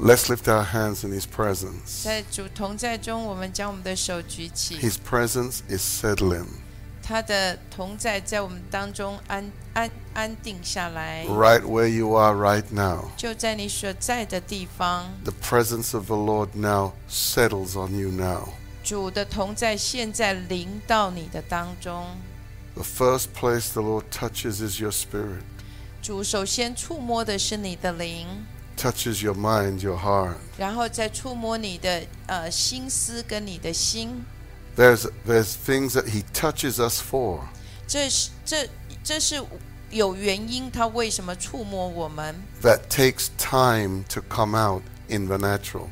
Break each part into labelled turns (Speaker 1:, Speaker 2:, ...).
Speaker 1: Let's lift our hands in His presence.
Speaker 2: 在主同在中，我们将我们的手举起，
Speaker 1: His presence is settling
Speaker 2: 他的同在在我们当中安安安定下来，
Speaker 1: right where you are right now.
Speaker 2: 就在你所在的地方。
Speaker 1: The presence of the Lord now settles on you now.
Speaker 2: 主的同在现在临到你的当中。
Speaker 1: The first place the Lord touches is your spirit,
Speaker 2: 主首先触摸的是你的灵，
Speaker 1: touches your mind, your heart.
Speaker 2: 然后再触摸你的呃心思跟你的心。
Speaker 1: There's, there's things that He touches us for.
Speaker 2: 这是这这是有原因，他为什么触摸我们？
Speaker 1: that takes time to come out in the natural.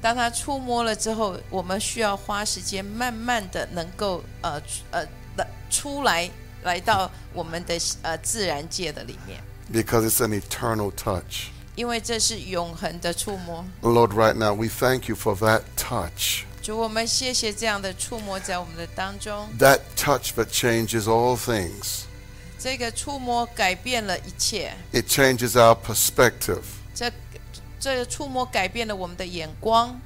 Speaker 2: 当他触摸了之后，我们需要花时间，慢慢的能够呃出呃的出来，来到我们的呃自然界的里面，
Speaker 1: Because it's an eternal touch.
Speaker 2: 因为这是永恒的触摸。
Speaker 1: Lord, right now we thank you for that touch.
Speaker 2: 主，我们谢谢这样的触摸在我们的当中，
Speaker 1: That touch that changes all things.
Speaker 2: 这个触摸改变了一切，
Speaker 1: It changes our perspective.
Speaker 2: 这这个触摸改变了我们的眼光，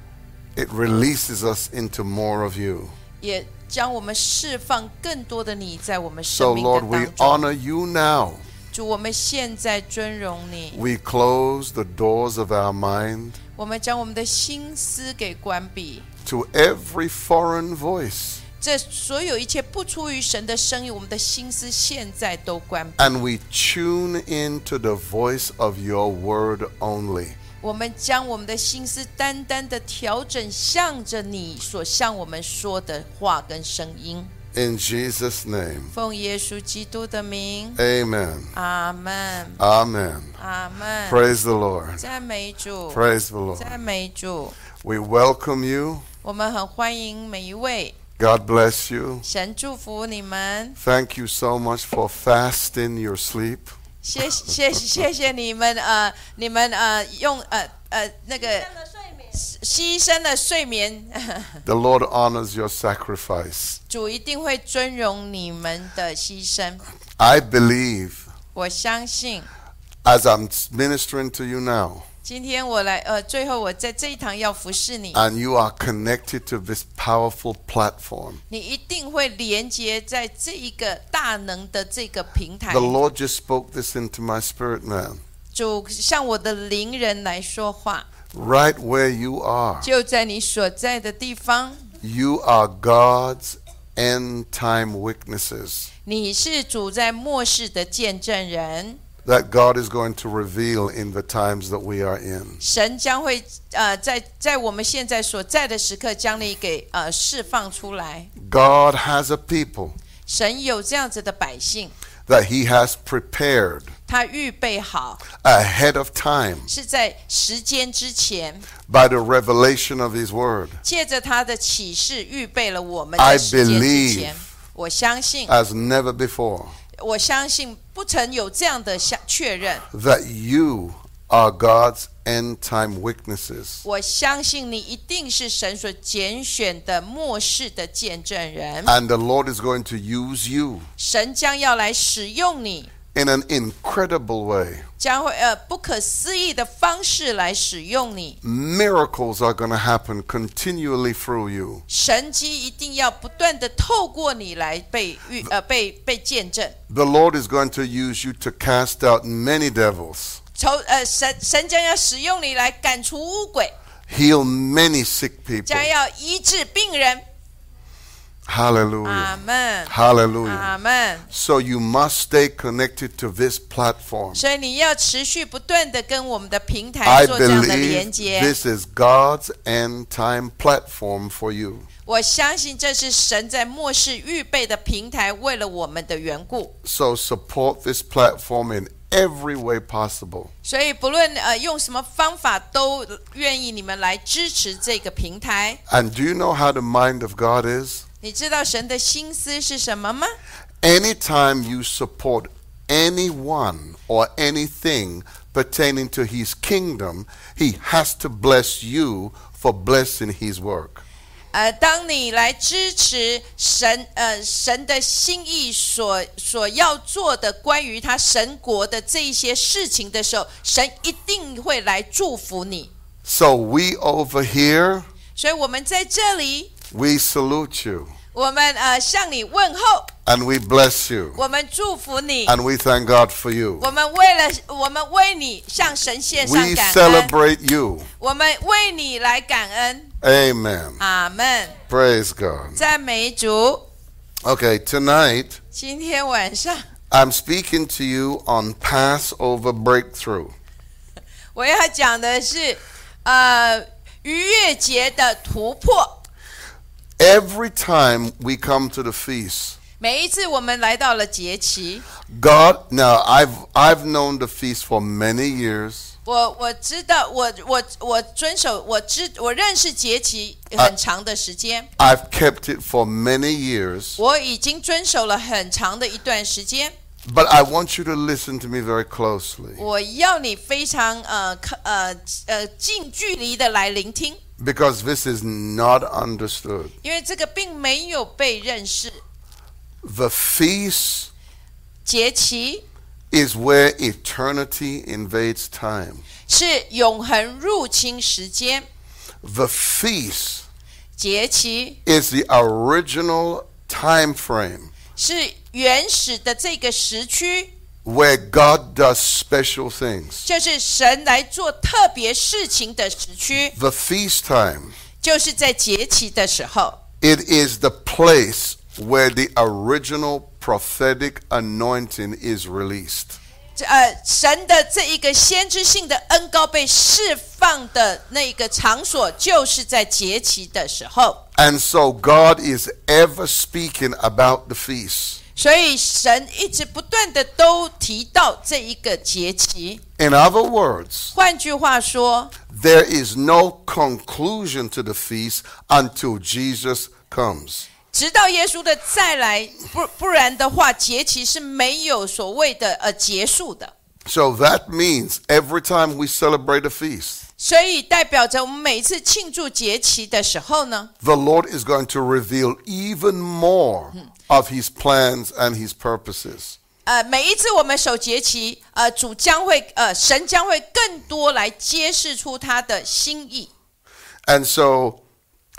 Speaker 1: It releases us into more of you.
Speaker 2: 也将我们释放更多的你在我们
Speaker 1: So,
Speaker 2: 生命的
Speaker 1: Lord, we
Speaker 2: 当中。
Speaker 1: honor you now.
Speaker 2: 主，我们现在尊荣你。
Speaker 1: We close the doors of our mind
Speaker 2: 我们将我们的心思给关闭，
Speaker 1: to every foreign voice
Speaker 2: 这所有一切不出于神的声音，我们的心思现在都关闭。
Speaker 1: and we tune in to the voice of your word only.
Speaker 2: 我们将我们的心思单单的调整，向着你所向我们说的话跟声音。
Speaker 1: In Jesus' name.
Speaker 2: 奉耶稣基督的名，
Speaker 1: Amen.
Speaker 2: 阿门，
Speaker 1: Amen.
Speaker 2: 阿门。
Speaker 1: Praise the Lord.
Speaker 2: 赞美主，
Speaker 1: Praise the Lord.
Speaker 2: 赞美主。
Speaker 1: We welcome you.
Speaker 2: 我们很欢迎每一位，
Speaker 1: God bless you.
Speaker 2: 神祝福你们。
Speaker 1: Thank you so much for fasting your sleep.
Speaker 2: 谢谢谢谢谢你们呃，你们呃用呃呃那个牺牲了睡眠，
Speaker 1: The Lord honors your sacrifice.
Speaker 2: 主一定会尊荣你们的牺牲。
Speaker 1: I believe,
Speaker 2: 我相信，
Speaker 1: as I'm ministering to you now,
Speaker 2: 今天我来呃，最后我在这一堂要服侍你，
Speaker 1: and you are connected to this powerful platform,
Speaker 2: 你一定会连接在这一个大能的这个平台
Speaker 1: the。Lord just spoke this into my spirit, man.
Speaker 2: 主向我的邻人来说话，
Speaker 1: Right where you are,
Speaker 2: 就在你所在的地方，
Speaker 1: you are God's end time witnesses.
Speaker 2: 你是主在末世的见证人。
Speaker 1: that God is going to reveal in the times that we are in.
Speaker 2: 神将会呃，在在我们现在所在的时刻，将你给呃释放出来。
Speaker 1: God has a people
Speaker 2: 神有这样子的百姓，
Speaker 1: that He has prepared
Speaker 2: 他预备好，
Speaker 1: ahead of time
Speaker 2: 是在时间之前，
Speaker 1: by the revelation of His Word.
Speaker 2: 借着他的启示预备了我们
Speaker 1: I
Speaker 2: 的时间之
Speaker 1: believe.
Speaker 2: 前。我相信，
Speaker 1: As never before,
Speaker 2: 我相信不曾有这样的相确认。
Speaker 1: that you are God's end time witnesses.
Speaker 2: 我相信你一定是神所拣选的末世的见证人，
Speaker 1: And the Lord is going to use you
Speaker 2: 神将要来使用你。
Speaker 1: in an incredible way.
Speaker 2: 将会呃不可思议的方式来使用你，
Speaker 1: Miracles are going to happen continually through you.
Speaker 2: 神机一定要不断的透过你来被预呃被被见证。
Speaker 1: The Lord is going to use you to cast out many devils,
Speaker 2: 从呃神神将要使用你来赶除污鬼，
Speaker 1: heal many sick people.
Speaker 2: 将要医治病人。
Speaker 1: Hallelujah.
Speaker 2: 阿门，
Speaker 1: Hallelujah.
Speaker 2: 阿门。
Speaker 1: So you must stay connected to this platform.
Speaker 2: 所以你要持续不断的跟我们的平
Speaker 1: I
Speaker 2: 台做这样的连
Speaker 1: believe
Speaker 2: 接。
Speaker 1: this is God's end time platform for you.
Speaker 2: 我相信这是神在末世预备的平台，为了我们的缘故。
Speaker 1: So support this platform in every way possible.
Speaker 2: 所以不论呃用什么方法，都愿意你们来支持这个平台。
Speaker 1: And do you know how the mind of God is?
Speaker 2: 你知道神的心思是什么吗？
Speaker 1: Anytime you support anyone or anything pertaining to his kingdom, he has to bless you for blessing his work.
Speaker 2: 呃，当你来支持神呃神的心意所所要做的关于他神国的这一些事情的时候，神一定会来祝福你。
Speaker 1: So we over here,
Speaker 2: 所以我们在这里，
Speaker 1: we salute you
Speaker 2: 我们呃向你问候，
Speaker 1: and we bless you
Speaker 2: 我们祝福你，
Speaker 1: and we thank God for you.
Speaker 2: 我们为了我们为你向神献上
Speaker 1: We
Speaker 2: 感恩，
Speaker 1: celebrate you.
Speaker 2: 我们为你来感恩，
Speaker 1: Amen.
Speaker 2: 阿门，
Speaker 1: Praise God.
Speaker 2: 赞美主。
Speaker 1: Okay, tonight
Speaker 2: 今天晚上
Speaker 1: I'm speaking to you on Passover breakthrough.
Speaker 2: 我要讲的是，呃，逾越节的突破。
Speaker 1: Every time we come to the feast,
Speaker 2: 每一次我们来到了节期，
Speaker 1: God, now I've I've known the feast for many years.
Speaker 2: 我我知道，我我我遵守，我知我认识节期很长的时间，
Speaker 1: I've kept it for many years.
Speaker 2: 我已经遵守了很长的一段时间。
Speaker 1: But I want you to listen to me very closely
Speaker 2: 我要你非常呃靠呃呃近距离的来聆听，
Speaker 1: because this is not understood.
Speaker 2: 因为这个并没有被认识。
Speaker 1: The feast
Speaker 2: 节期
Speaker 1: is where eternity invades time.
Speaker 2: 是永恒入侵时间，
Speaker 1: The feast
Speaker 2: 节期
Speaker 1: is the original time frame
Speaker 2: 是原始的这个时区，
Speaker 1: where God does special things.
Speaker 2: 就是神来做特别事情的时区，
Speaker 1: The feast time
Speaker 2: 就是在节期的时候，
Speaker 1: It is the place where the original prophetic anointing is released.
Speaker 2: 这呃，神的这一个先知性的恩高被释放的那个场所，就是在节期的时候。
Speaker 1: And so God is ever speaking about the feast.
Speaker 2: 所以神一直不断的都提到这一个节期。
Speaker 1: In other words,
Speaker 2: 换句话说，
Speaker 1: there is no conclusion to the feast until Jesus comes.
Speaker 2: 直到耶稣的再来，不不然的话，节期是没有所谓的呃结束的。
Speaker 1: So that means every time we celebrate a feast,
Speaker 2: 所以代表着我们每一次庆祝节期的时候呢，
Speaker 1: the Lord is going to reveal even more of his plans and his purposes.
Speaker 2: 呃，每一次我们守节期，呃，主将会呃神将会更多来揭示出他的心意。
Speaker 1: And so,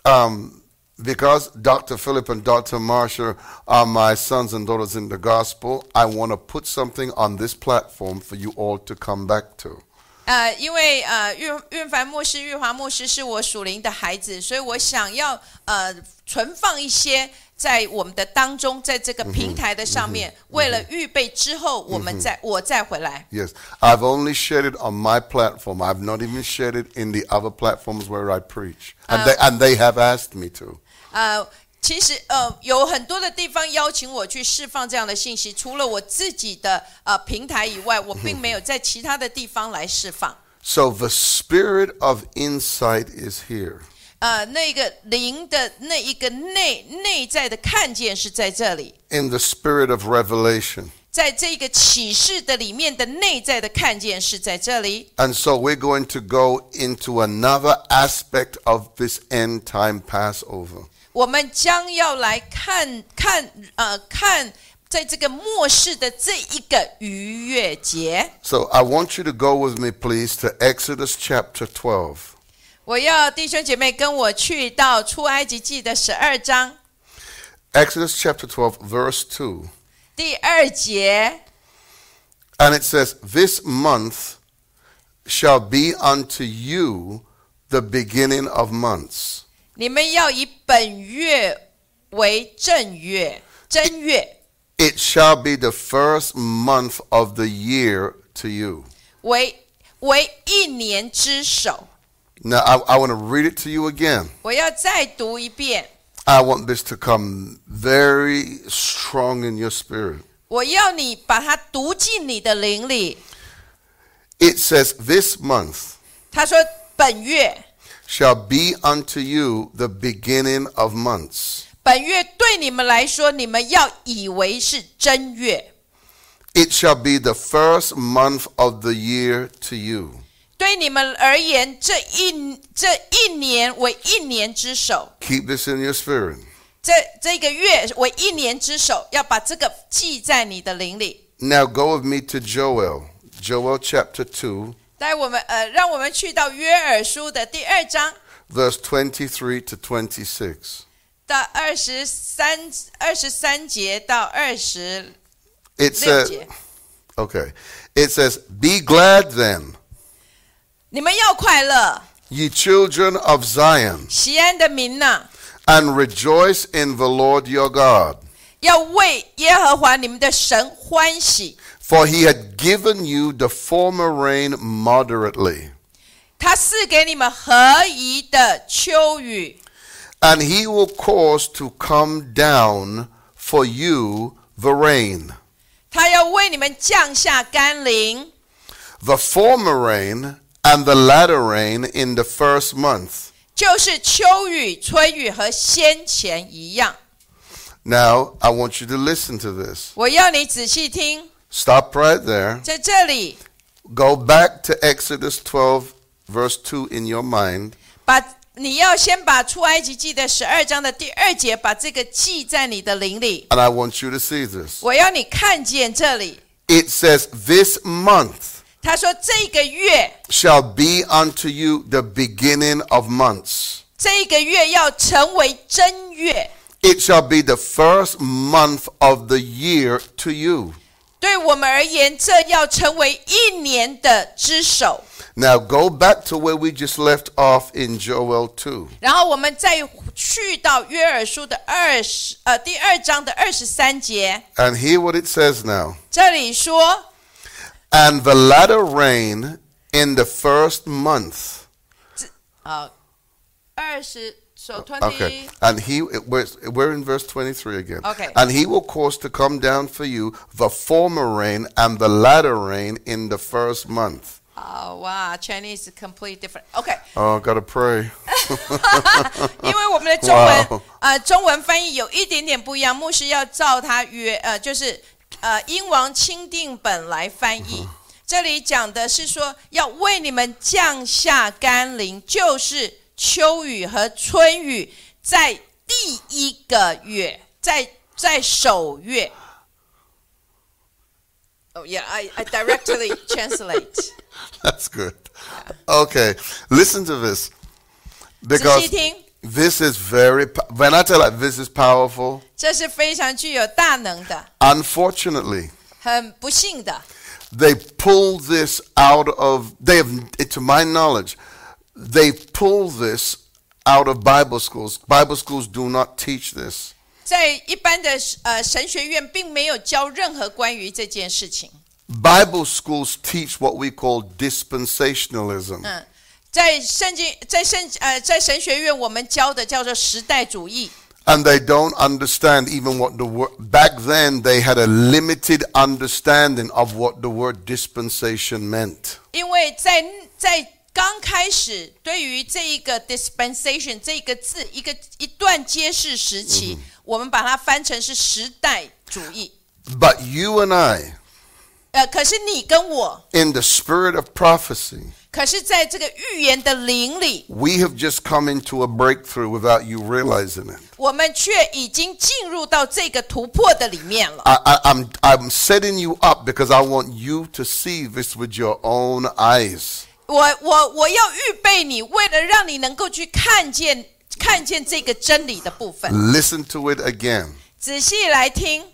Speaker 1: um, because Dr. Philip and Dr. Marsha are my sons and daughters in the gospel, I want to put something on this platform for you all to come back to.
Speaker 2: 呃，因为呃，运运凡牧师、玉华牧师是我属灵的孩子，所以我想要呃存放一些在我们的当中，在这个平台的上面，为了预备之后我们再、我再回来。
Speaker 1: Yes, I've only shared it on my platform. I've not even shared it in the other platforms where I preach. And, they, and they have asked me to.
Speaker 2: 呃，其实呃有很多的地方邀请我去释放这样的信息，除了我自己的呃平台以外，我并没有在其他的地方来释放。
Speaker 1: So the spirit of insight is here.
Speaker 2: 呃，那个灵的那一个内内在的看见是在这里。
Speaker 1: In the spirit of revelation.
Speaker 2: 在这个启示的里面的内在的看见是在这里，
Speaker 1: And so we're going to go into another aspect of this end time Passover.
Speaker 2: 我们将要来看看呃看，在这个末世的这一个逾越节，
Speaker 1: So I want you to go with me, please, to Exodus chapter 12.
Speaker 2: 我要弟兄姐妹跟我去到出埃及记的十二章
Speaker 1: Exodus chapter 12, verse 2.
Speaker 2: 第二节，
Speaker 1: And it says, This month shall be unto you the beginning of months.
Speaker 2: 你们要以本月为正月，正月
Speaker 1: It shall be the first month of the year to you.
Speaker 2: 为为一年之首。
Speaker 1: Now, I, I want to read it to you again.
Speaker 2: 我要再读一遍。
Speaker 1: I want this to come very strong in your spirit.
Speaker 2: 我要你把它读进你的灵里。
Speaker 1: It says, This month
Speaker 2: 他说：“本月，
Speaker 1: shall be unto you the beginning of months.
Speaker 2: 本月对你们来说，你们要以为是正月；
Speaker 1: It shall be the first month of the year to you.
Speaker 2: 对你们而言，这一这一年为一年之首，
Speaker 1: Keep this in your spirit.
Speaker 2: 这这个月为一年之首，要把这个记在你的灵里。
Speaker 1: Now go with me to Joel, Joel chapter 2,
Speaker 2: 带我们呃，让我们去到约珥书的第二章
Speaker 1: verse 23 to 26.
Speaker 2: 到二十三二十三节到二十
Speaker 1: It
Speaker 2: 六
Speaker 1: says,
Speaker 2: 节。
Speaker 1: okay, it says, Be glad then,
Speaker 2: 你们要快乐，
Speaker 1: ye children of Zion,
Speaker 2: 西安的民呐、
Speaker 1: and rejoice in the Lord your God,
Speaker 2: 要为耶和华你们的神欢喜，
Speaker 1: for he had given you the former rain moderately,
Speaker 2: 他赐给你们合宜的秋雨，
Speaker 1: and he will cause to come down for you the rain.
Speaker 2: 他要为你们降下甘霖，
Speaker 1: the former rain and the latter rain in the first month.
Speaker 2: 就是秋雨、春雨和先前一样。
Speaker 1: Now, I want you to listen to this.
Speaker 2: 我要你仔细听，
Speaker 1: Stop right there.
Speaker 2: 在这里
Speaker 1: Go back to Exodus 12, verse 2 in your mind.
Speaker 2: 把你要先把出埃及记的十二章的第二节，把这个记在你的灵里。
Speaker 1: And I want you to see this.
Speaker 2: 我要你看见这里，
Speaker 1: It says, This month
Speaker 2: 他说这个月，
Speaker 1: shall be unto you the beginning of months.
Speaker 2: 这个月要成为正月。
Speaker 1: It shall be the first month of the year to you.
Speaker 2: 对我们而言，这要成为一年的之首。
Speaker 1: Now go back to where we just left off in Joel 2.
Speaker 2: 然后我们再去到约珥书的二十呃第二章的二十三节，
Speaker 1: And hear what it says now.
Speaker 2: 这里说
Speaker 1: and the latter rain in the first month.
Speaker 2: 啊二十首 t
Speaker 1: Okay, and he it was, we're in verse twenty-three again.
Speaker 2: Okay.
Speaker 1: and he will cause to come down for you the former rain and the latter rain in the first month.
Speaker 2: 好哇，Chinese Oh, is completely different。OK，
Speaker 1: Oh, gotta pray.
Speaker 2: 因为我们的中文
Speaker 1: Wow
Speaker 2: 呃中文翻译有一点点不一样，牧师要照他约呃就是呃英王钦定本来翻译。这里讲的是说要为你们降下甘霖，就是秋雨和春雨，在第一个月，在在首月。Oh yeah, I I directly translate.
Speaker 1: That's good. Okay, listen to this
Speaker 2: 仔细
Speaker 1: because
Speaker 2: 听，
Speaker 1: this is very. po- When I tell you this is powerful,
Speaker 2: 这是非常具有大能的，
Speaker 1: unfortunately,
Speaker 2: 很不幸的。
Speaker 1: they pulled this out of they have to my knowledge they pulled this out of bible schools bible schools do not teach this
Speaker 2: 在一般的呃神学院，并没有教任何关于这件事情。
Speaker 1: bible schools teach what we call dispensationalism
Speaker 2: 嗯，在圣经在圣呃在神学院，我们教的叫做时代主义。
Speaker 1: and they don't understand even what the word back then they had a limited understanding of what the word dispensation meant
Speaker 2: 因为在在刚开始，对于这一个 dispensation 这一个字，一个一段揭示时期，我们把它翻成是时代主义。
Speaker 1: but you and i
Speaker 2: 呃，可是你跟我，
Speaker 1: in the spirit of prophecy
Speaker 2: 可是在这个预言的灵里，
Speaker 1: we have just come into a breakthrough without you realizing it
Speaker 2: 我们却已经进入到这个突破的里面了。
Speaker 1: I, I, I'm I'm setting you up because I want you to see this with your own eyes.
Speaker 2: 我我我要预备你，为了让你能够去看见看见这个真理的部分，
Speaker 1: Listen to it again.
Speaker 2: 仔细来听。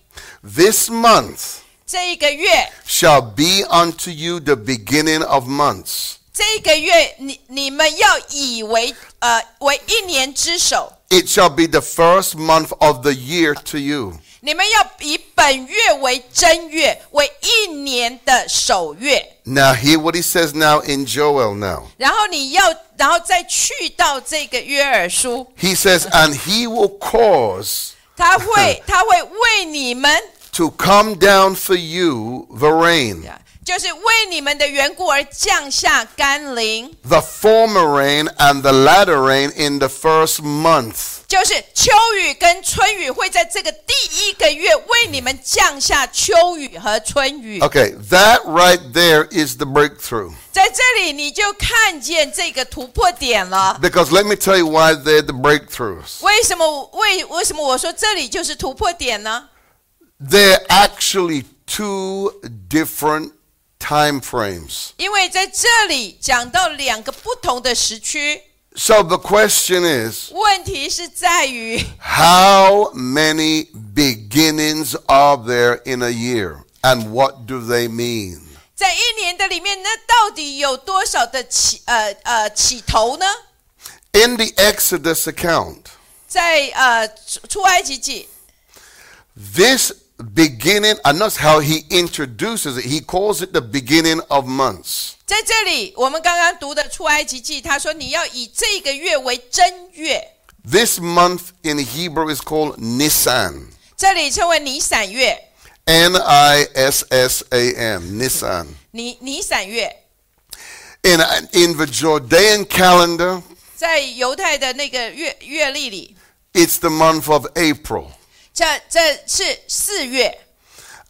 Speaker 1: This month
Speaker 2: 这一个月，
Speaker 1: shall be unto you the beginning of months.
Speaker 2: 这一个月，你你们要以为呃为一年之首，
Speaker 1: It shall be the first month of the year to you.
Speaker 2: 你们要以本月为正月，为一年的首月。
Speaker 1: Now hear what he says now in Joel now.
Speaker 2: 然后你要，然后再去到这个约珥书，
Speaker 1: He says, and he will cause
Speaker 2: 他会他会为你们，
Speaker 1: to come down for you the rain,
Speaker 2: 就是为你们的缘故而降下甘霖。
Speaker 1: the former rain and the latter rain in the first month.
Speaker 2: 就是秋雨跟春雨会在这个第一个月为你们降下秋雨和春雨，
Speaker 1: Okay, that right there is the breakthrough.
Speaker 2: 在这里你就看见这个突破点了。
Speaker 1: Because let me tell you why they're the breakthroughs.
Speaker 2: 为什么？为为什么我说这里就是突破点呢？
Speaker 1: They're actually two different time frames.
Speaker 2: 因为在这里讲到两个不同的时区，
Speaker 1: So the question is,
Speaker 2: 问题是在于
Speaker 1: how many beginnings are there in a year and what do they mean?
Speaker 2: 在一年的里面，那到底有多少的起呃呃起头呢？
Speaker 1: In the Exodus account,
Speaker 2: 在呃出出埃及记，
Speaker 1: this beginning, and that's how he introduces it. He calls it the beginning of months.
Speaker 2: 在这里我们刚刚读的出埃及记，他说你要以这个月为正月，
Speaker 1: This month in Hebrew is called Nisan.
Speaker 2: 这里称为尼散月，
Speaker 1: N I S S A N, Nisan.
Speaker 2: 尼尼散月，
Speaker 1: In, in the Jordanian calendar,
Speaker 2: 在犹太的那个月月历里，
Speaker 1: it's the month of April.
Speaker 2: 这这是四月，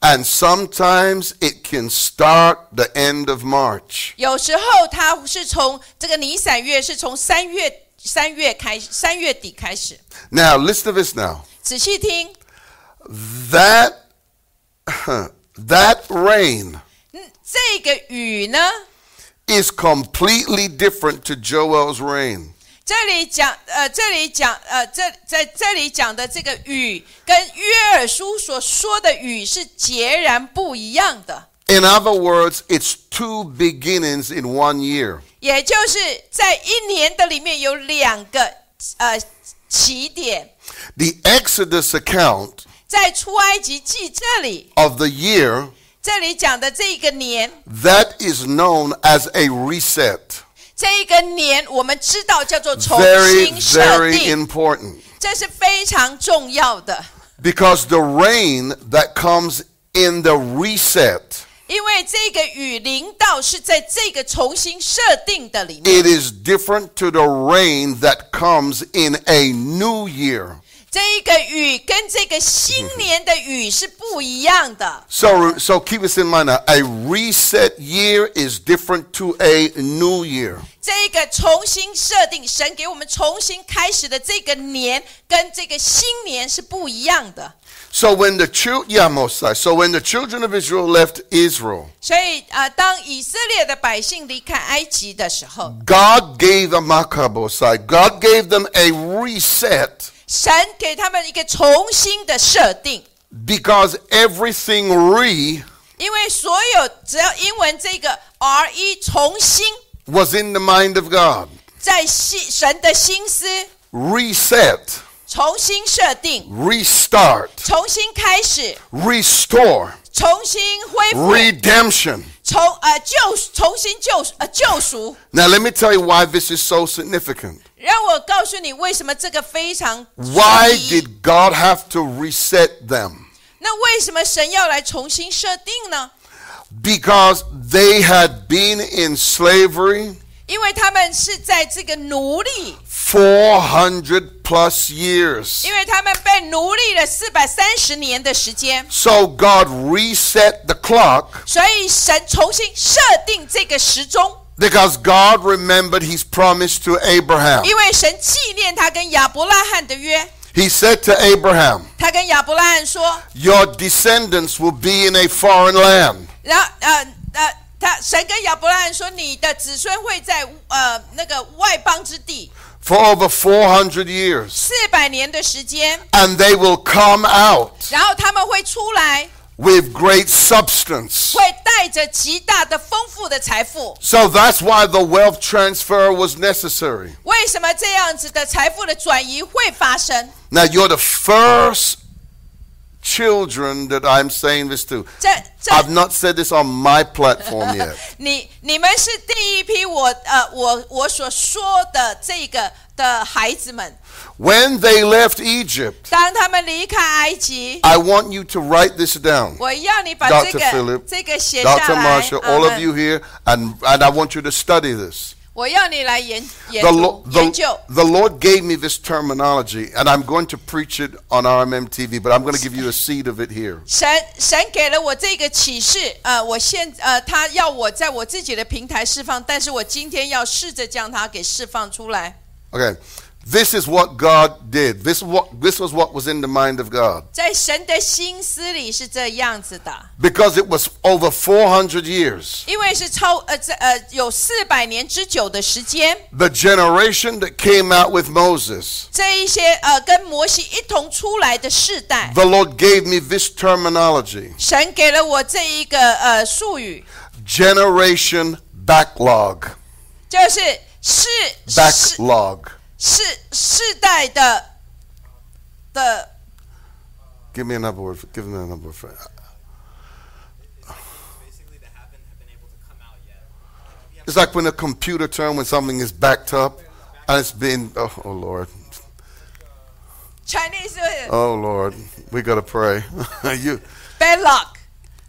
Speaker 1: And sometimes it can start the end of March.
Speaker 2: 有时候它是从这个尼散月是从三月三月开始，三月底开始。
Speaker 1: Now, listen to this now.
Speaker 2: 仔细听，
Speaker 1: That, that rain
Speaker 2: 嗯，这个雨呢，
Speaker 1: is completely different to Joel's rain.
Speaker 2: 这里讲，呃，这里讲，呃，这在这里讲的这个雨，跟约珥书所说的雨是截然不一样的。
Speaker 1: In other words, it's two beginnings in one year.
Speaker 2: 也就是在一年的里面有两个呃起点，
Speaker 1: The Exodus account
Speaker 2: 在出埃及记这里，
Speaker 1: of the year,
Speaker 2: 这里讲的这一个年，
Speaker 1: that is known as a reset.
Speaker 2: 这一个年我们知道叫做重
Speaker 1: Very,
Speaker 2: 新设
Speaker 1: very
Speaker 2: 定，
Speaker 1: important.
Speaker 2: 这是非常重要的，
Speaker 1: Because the rain that comes in the reset,
Speaker 2: 因为这个雨淋到是在这个重新设定的里面。
Speaker 1: it is different to the rain that comes in a new year.
Speaker 2: 这一个雨跟这个新年的雨是不一样的，
Speaker 1: So, so keep this in mind now. A reset year is different to a new year.
Speaker 2: 这一个重新设定，神给我们重新开始的这个年跟这个新年是不一样的。
Speaker 1: So when the children, yeah, Mosai. So when the children of Israel left Israel,
Speaker 2: 所以啊、呃当以色列的百姓离开埃及的时候，
Speaker 1: God gave them Makabosai. God gave them a reset
Speaker 2: 神给他们一个重新的设定，
Speaker 1: because everything re
Speaker 2: 因为所有只要英文这个 R 一重新
Speaker 1: was in the mind of God.
Speaker 2: 在心神的心思
Speaker 1: Reset.
Speaker 2: 重新设定，
Speaker 1: restart,
Speaker 2: 重新开始，
Speaker 1: restore,
Speaker 2: 重新恢复。
Speaker 1: redemption.
Speaker 2: 重呃救赎重新救赎呃救赎。
Speaker 1: Now, let me tell you why this is so significant.
Speaker 2: 让我告诉你为什么这个非常
Speaker 1: Why
Speaker 2: 注意
Speaker 1: did God have to reset them?
Speaker 2: 那为什么神要来重新设定呢？
Speaker 1: Because they had been in slavery
Speaker 2: 因为他们是在这个奴隶，
Speaker 1: 400 plus years.
Speaker 2: 因为他们被奴隶了四百三十年的时间，
Speaker 1: So God reset the clock
Speaker 2: 所以神重新设定这个时钟，
Speaker 1: because God remembered his promise to Abraham.
Speaker 2: 因为神纪念他跟亚伯拉罕的约。
Speaker 1: He said to Abraham,
Speaker 2: 他跟亚伯拉罕说，
Speaker 1: Your descendants will be in a foreign land.
Speaker 2: 然后呃呃，他神跟亚伯拉罕说，你的子孙会在呃那个外邦之地。
Speaker 1: for over 400 years,
Speaker 2: 四百年的时间，
Speaker 1: and they will come out
Speaker 2: 然后他们会出来，
Speaker 1: with great substance.
Speaker 2: 会带着极大的丰富的财富。
Speaker 1: So that's why the wealth transfer was necessary.
Speaker 2: 为什么这样子的财富的转移会发生？
Speaker 1: Now, you're the first children that I'm saying this to.
Speaker 2: 这这，
Speaker 1: I've not said this on my platform yet.
Speaker 2: 你你们是第一批我呃我我所说的这个的孩子们，
Speaker 1: When they left Egypt,
Speaker 2: 当他们离开埃及，
Speaker 1: I want you to write this down.
Speaker 2: 我要你把这
Speaker 1: Dr.
Speaker 2: 个
Speaker 1: Philip,
Speaker 2: 这个写下
Speaker 1: Dr.
Speaker 2: 来。
Speaker 1: Marsha,
Speaker 2: 阿
Speaker 1: all
Speaker 2: 门
Speaker 1: of you here, and, and I want you to study this.
Speaker 2: 我要你来研研
Speaker 1: the, Lo-
Speaker 2: 读
Speaker 1: the,
Speaker 2: 研究。
Speaker 1: the Lord gave me this terminology, and I'm going to preach it on RMM TV, but I'm going to give you a seed of it here.
Speaker 2: 神神给了我这个启示，呃，我现呃，他要我在我自己的平台释放，但是我今天要试着将它给释放出来。
Speaker 1: Okay. This is what God did. This, what, this was what was in the mind of God.
Speaker 2: 在神的心思里是这样子的，
Speaker 1: Because it was over 400 years.
Speaker 2: 因为是超呃这呃有四百年之久的时间，
Speaker 1: The generation that came out with Moses,
Speaker 2: 这一些呃跟摩西一同出来的世代，
Speaker 1: the Lord gave me this terminology
Speaker 2: 神给了我这一个呃术语，
Speaker 1: generation backlog.
Speaker 2: 就是世世
Speaker 1: Backlog.
Speaker 2: 世世代的的
Speaker 1: Give me another word. For, give me another word for
Speaker 3: basically that haven't have been able to come out yet.
Speaker 1: It's like when a computer term, when something is backed up and it's been, oh, oh Lord,
Speaker 2: Chinese
Speaker 1: oh Lord, we got to pray. you,
Speaker 2: backlog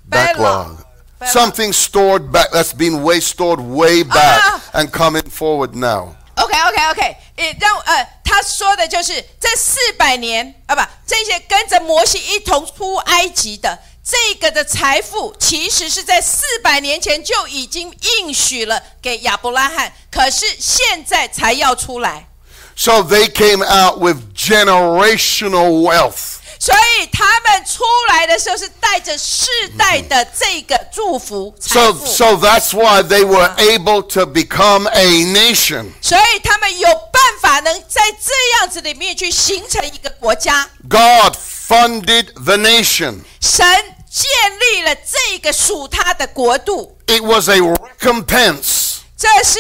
Speaker 1: backlog.
Speaker 2: Backlog.
Speaker 1: Something stored back, that's been way stored way back
Speaker 2: Ah!
Speaker 1: and coming forward now.
Speaker 2: OK OK OK，也让呃，他说的就是这四百年啊，不，这些跟着摩西一同出埃及的这个的财富，其实是在四百年前就已经应许了给亚伯拉罕，可是现在才要出来，
Speaker 1: So they came out with generational wealth.
Speaker 2: 所以他们出来的时候是带着世代的这个祝福财
Speaker 1: So,
Speaker 2: 富。
Speaker 1: so that's why they were able to become a nation.
Speaker 2: 所以他们有办法能在这样子里面去形成一个国家，
Speaker 1: God funded the nation.
Speaker 2: 神建立了这个属他的国度，
Speaker 1: It was a recompense
Speaker 2: 这是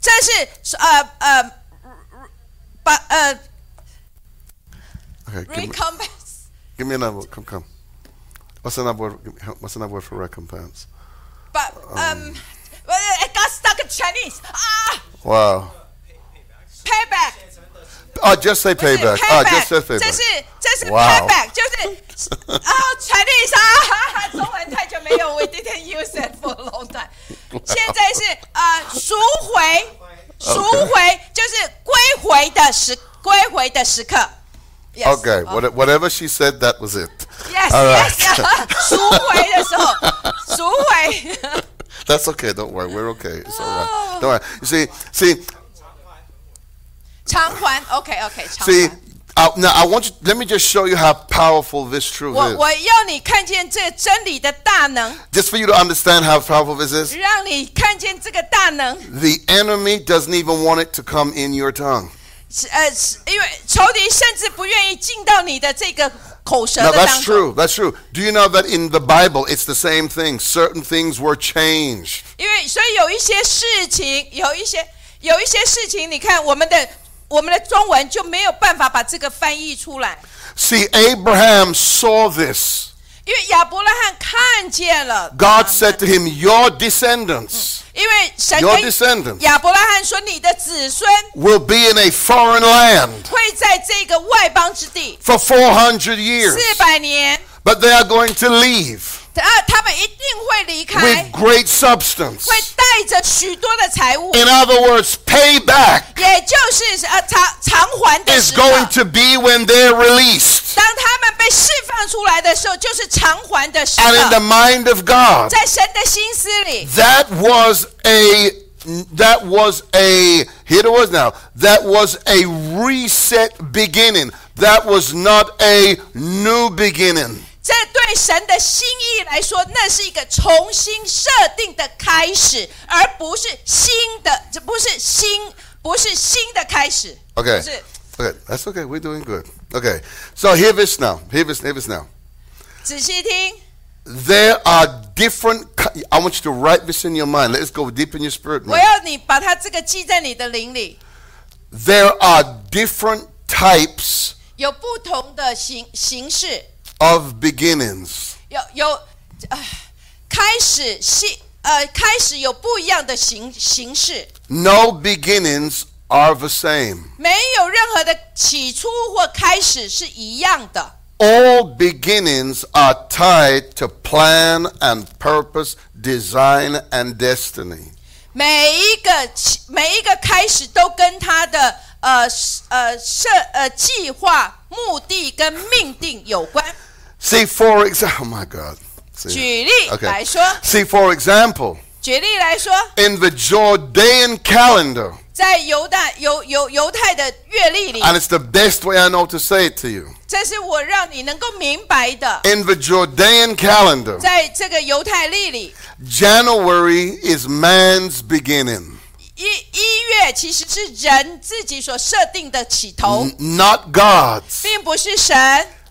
Speaker 2: 这是呃呃把呃
Speaker 1: Okay, give me,
Speaker 2: recompense
Speaker 1: give me another word. Come, come. What's another word? give me- help- What's another word for recompense?
Speaker 2: 把嗯呃 I got stuck in Chinese 啊
Speaker 1: Wow.
Speaker 2: payback。
Speaker 1: Oh, just say
Speaker 2: 不是
Speaker 1: payback. Oh, just say
Speaker 2: payback，这
Speaker 1: payback. 哦
Speaker 2: 是这是
Speaker 1: Wow
Speaker 2: payback，就是啊，传递啥？哈 哈中文太久没有，we didn't use it for a long time。现在是啊，赎回，赎回就是归回的时，归回的时刻。Yes, 哦 Oh.
Speaker 1: Okay, what- whatever she said, that was it.
Speaker 2: Yes,
Speaker 1: All right.
Speaker 2: yes, yeah. 赎回的时候，赎回。
Speaker 1: That's okay. Don't worry. We're okay. It's all right. Don't worry. You see, see,
Speaker 2: 偿还，OK OK，偿
Speaker 1: see.
Speaker 2: 还。
Speaker 1: Uh, now I want you. Let me just show you how powerful this truth
Speaker 2: 我
Speaker 1: is.
Speaker 2: 我要你看见这真理的大能，
Speaker 1: Just for you to understand how powerful this is.
Speaker 2: 让你看见这个大能。
Speaker 1: The enemy doesn't even want it to come in your tongue.
Speaker 2: 是呃，是因为仇敌甚至不愿意进到你的这个口舌
Speaker 1: Now
Speaker 2: 的当
Speaker 1: that's
Speaker 2: 中，
Speaker 1: true. That's true. Do you know that in the Bible it's the same thing? Certain things were changed.
Speaker 2: 因为所以有一些事情，有一些有一些事情，你看我们的我们的中文就没有办法把这个翻译出来，
Speaker 1: See, Abraham saw this.
Speaker 2: 因为亚伯拉罕看见了
Speaker 1: God
Speaker 2: 他们
Speaker 1: said to him, Your descendants
Speaker 2: 因为神
Speaker 1: Your
Speaker 2: 跟
Speaker 1: descendants
Speaker 2: 亚伯拉罕说，你的子孙
Speaker 1: will be in a foreign land
Speaker 2: 会在这个外邦之地
Speaker 1: for 400 years,
Speaker 2: 四百年，
Speaker 1: but they are going to leave
Speaker 2: 他他们一定会离开
Speaker 1: with，great substance.
Speaker 2: 会带着许多的财物，
Speaker 1: In other words, payback
Speaker 2: 也就是呃偿偿还的
Speaker 1: is
Speaker 2: 时刻。
Speaker 1: going to be when they're released.
Speaker 2: 当他们被释放出来的时候，就是偿还的时
Speaker 1: And in
Speaker 2: 刻
Speaker 1: the。mind of God,
Speaker 2: 在神的心思里，
Speaker 1: that was a that was a here it was now that was a reset beginning that was not a new beginning
Speaker 2: 这对神的心意来说，那是一个重新设定的开始，而不是新的，这不是新，不是新的开始。
Speaker 1: okay
Speaker 2: 不是
Speaker 1: okay that's okay we're doing good okay so hear this now hear this hear this now
Speaker 2: 仔细听，
Speaker 1: there are different ki- i want you to write this in your mind let's go deep in your spirit
Speaker 2: 我
Speaker 1: man.
Speaker 2: 要你把它这个记在你的灵里。
Speaker 1: there are different types
Speaker 2: 有不同的形形式，
Speaker 1: of beginnings
Speaker 2: 有有呃，开始新呃开始有不一样的形形式。
Speaker 1: no beginnings are the same
Speaker 2: 没有任何的起初或开始是一样的，
Speaker 1: All beginnings are tied to plan and purpose, design and destiny.
Speaker 2: 每一个起每一个开始都跟他的呃呃设呃计划、目的跟命定有关。
Speaker 1: See, for example, oh my God. See,
Speaker 2: 举例
Speaker 1: Okay
Speaker 2: 来说，
Speaker 1: See, for example,
Speaker 2: 举例来说，
Speaker 1: in the Jordanian calendar,
Speaker 2: 在犹大犹犹犹太的阅历里，
Speaker 1: And it's the best way I know to say it to you.
Speaker 2: 这是我让你能够明白的。
Speaker 1: In the Judean calendar,
Speaker 2: 在这个犹太历里，
Speaker 1: January is man's beginning,
Speaker 2: 一一月其实是人自己所设定的起头，
Speaker 1: n- not God's.
Speaker 2: 并不是神，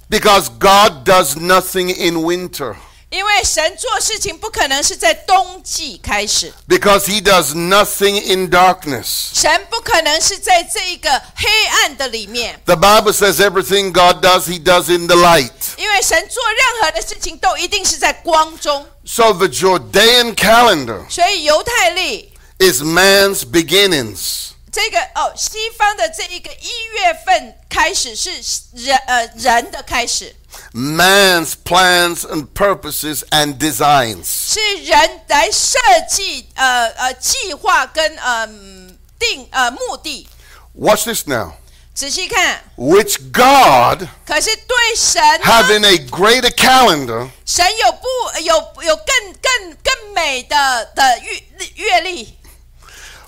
Speaker 1: Because God does nothing in winter.
Speaker 2: 因为神做事情不可能是在冬季开始，
Speaker 1: Because he does nothing in darkness.
Speaker 2: 神不可能是在这一个黑暗的里面。
Speaker 1: The Bible says everything God does, he does in the light.
Speaker 2: 因为神做任何的事情都一定是在光中，
Speaker 1: So the Judean calendar
Speaker 2: 所以犹太历
Speaker 1: is man's beginnings.
Speaker 2: 这个哦，西方的这一个一月份开始是人呃人的开始，
Speaker 1: man's plans and purposes and designs.
Speaker 2: 是人来设计呃呃计划跟呃嗯定呃目的。
Speaker 1: Watch this now.
Speaker 2: 仔细看，
Speaker 1: Which God,
Speaker 2: 可是对神呢
Speaker 1: having a greater calendar,
Speaker 2: 神有不有有更更更美的的阅阅历，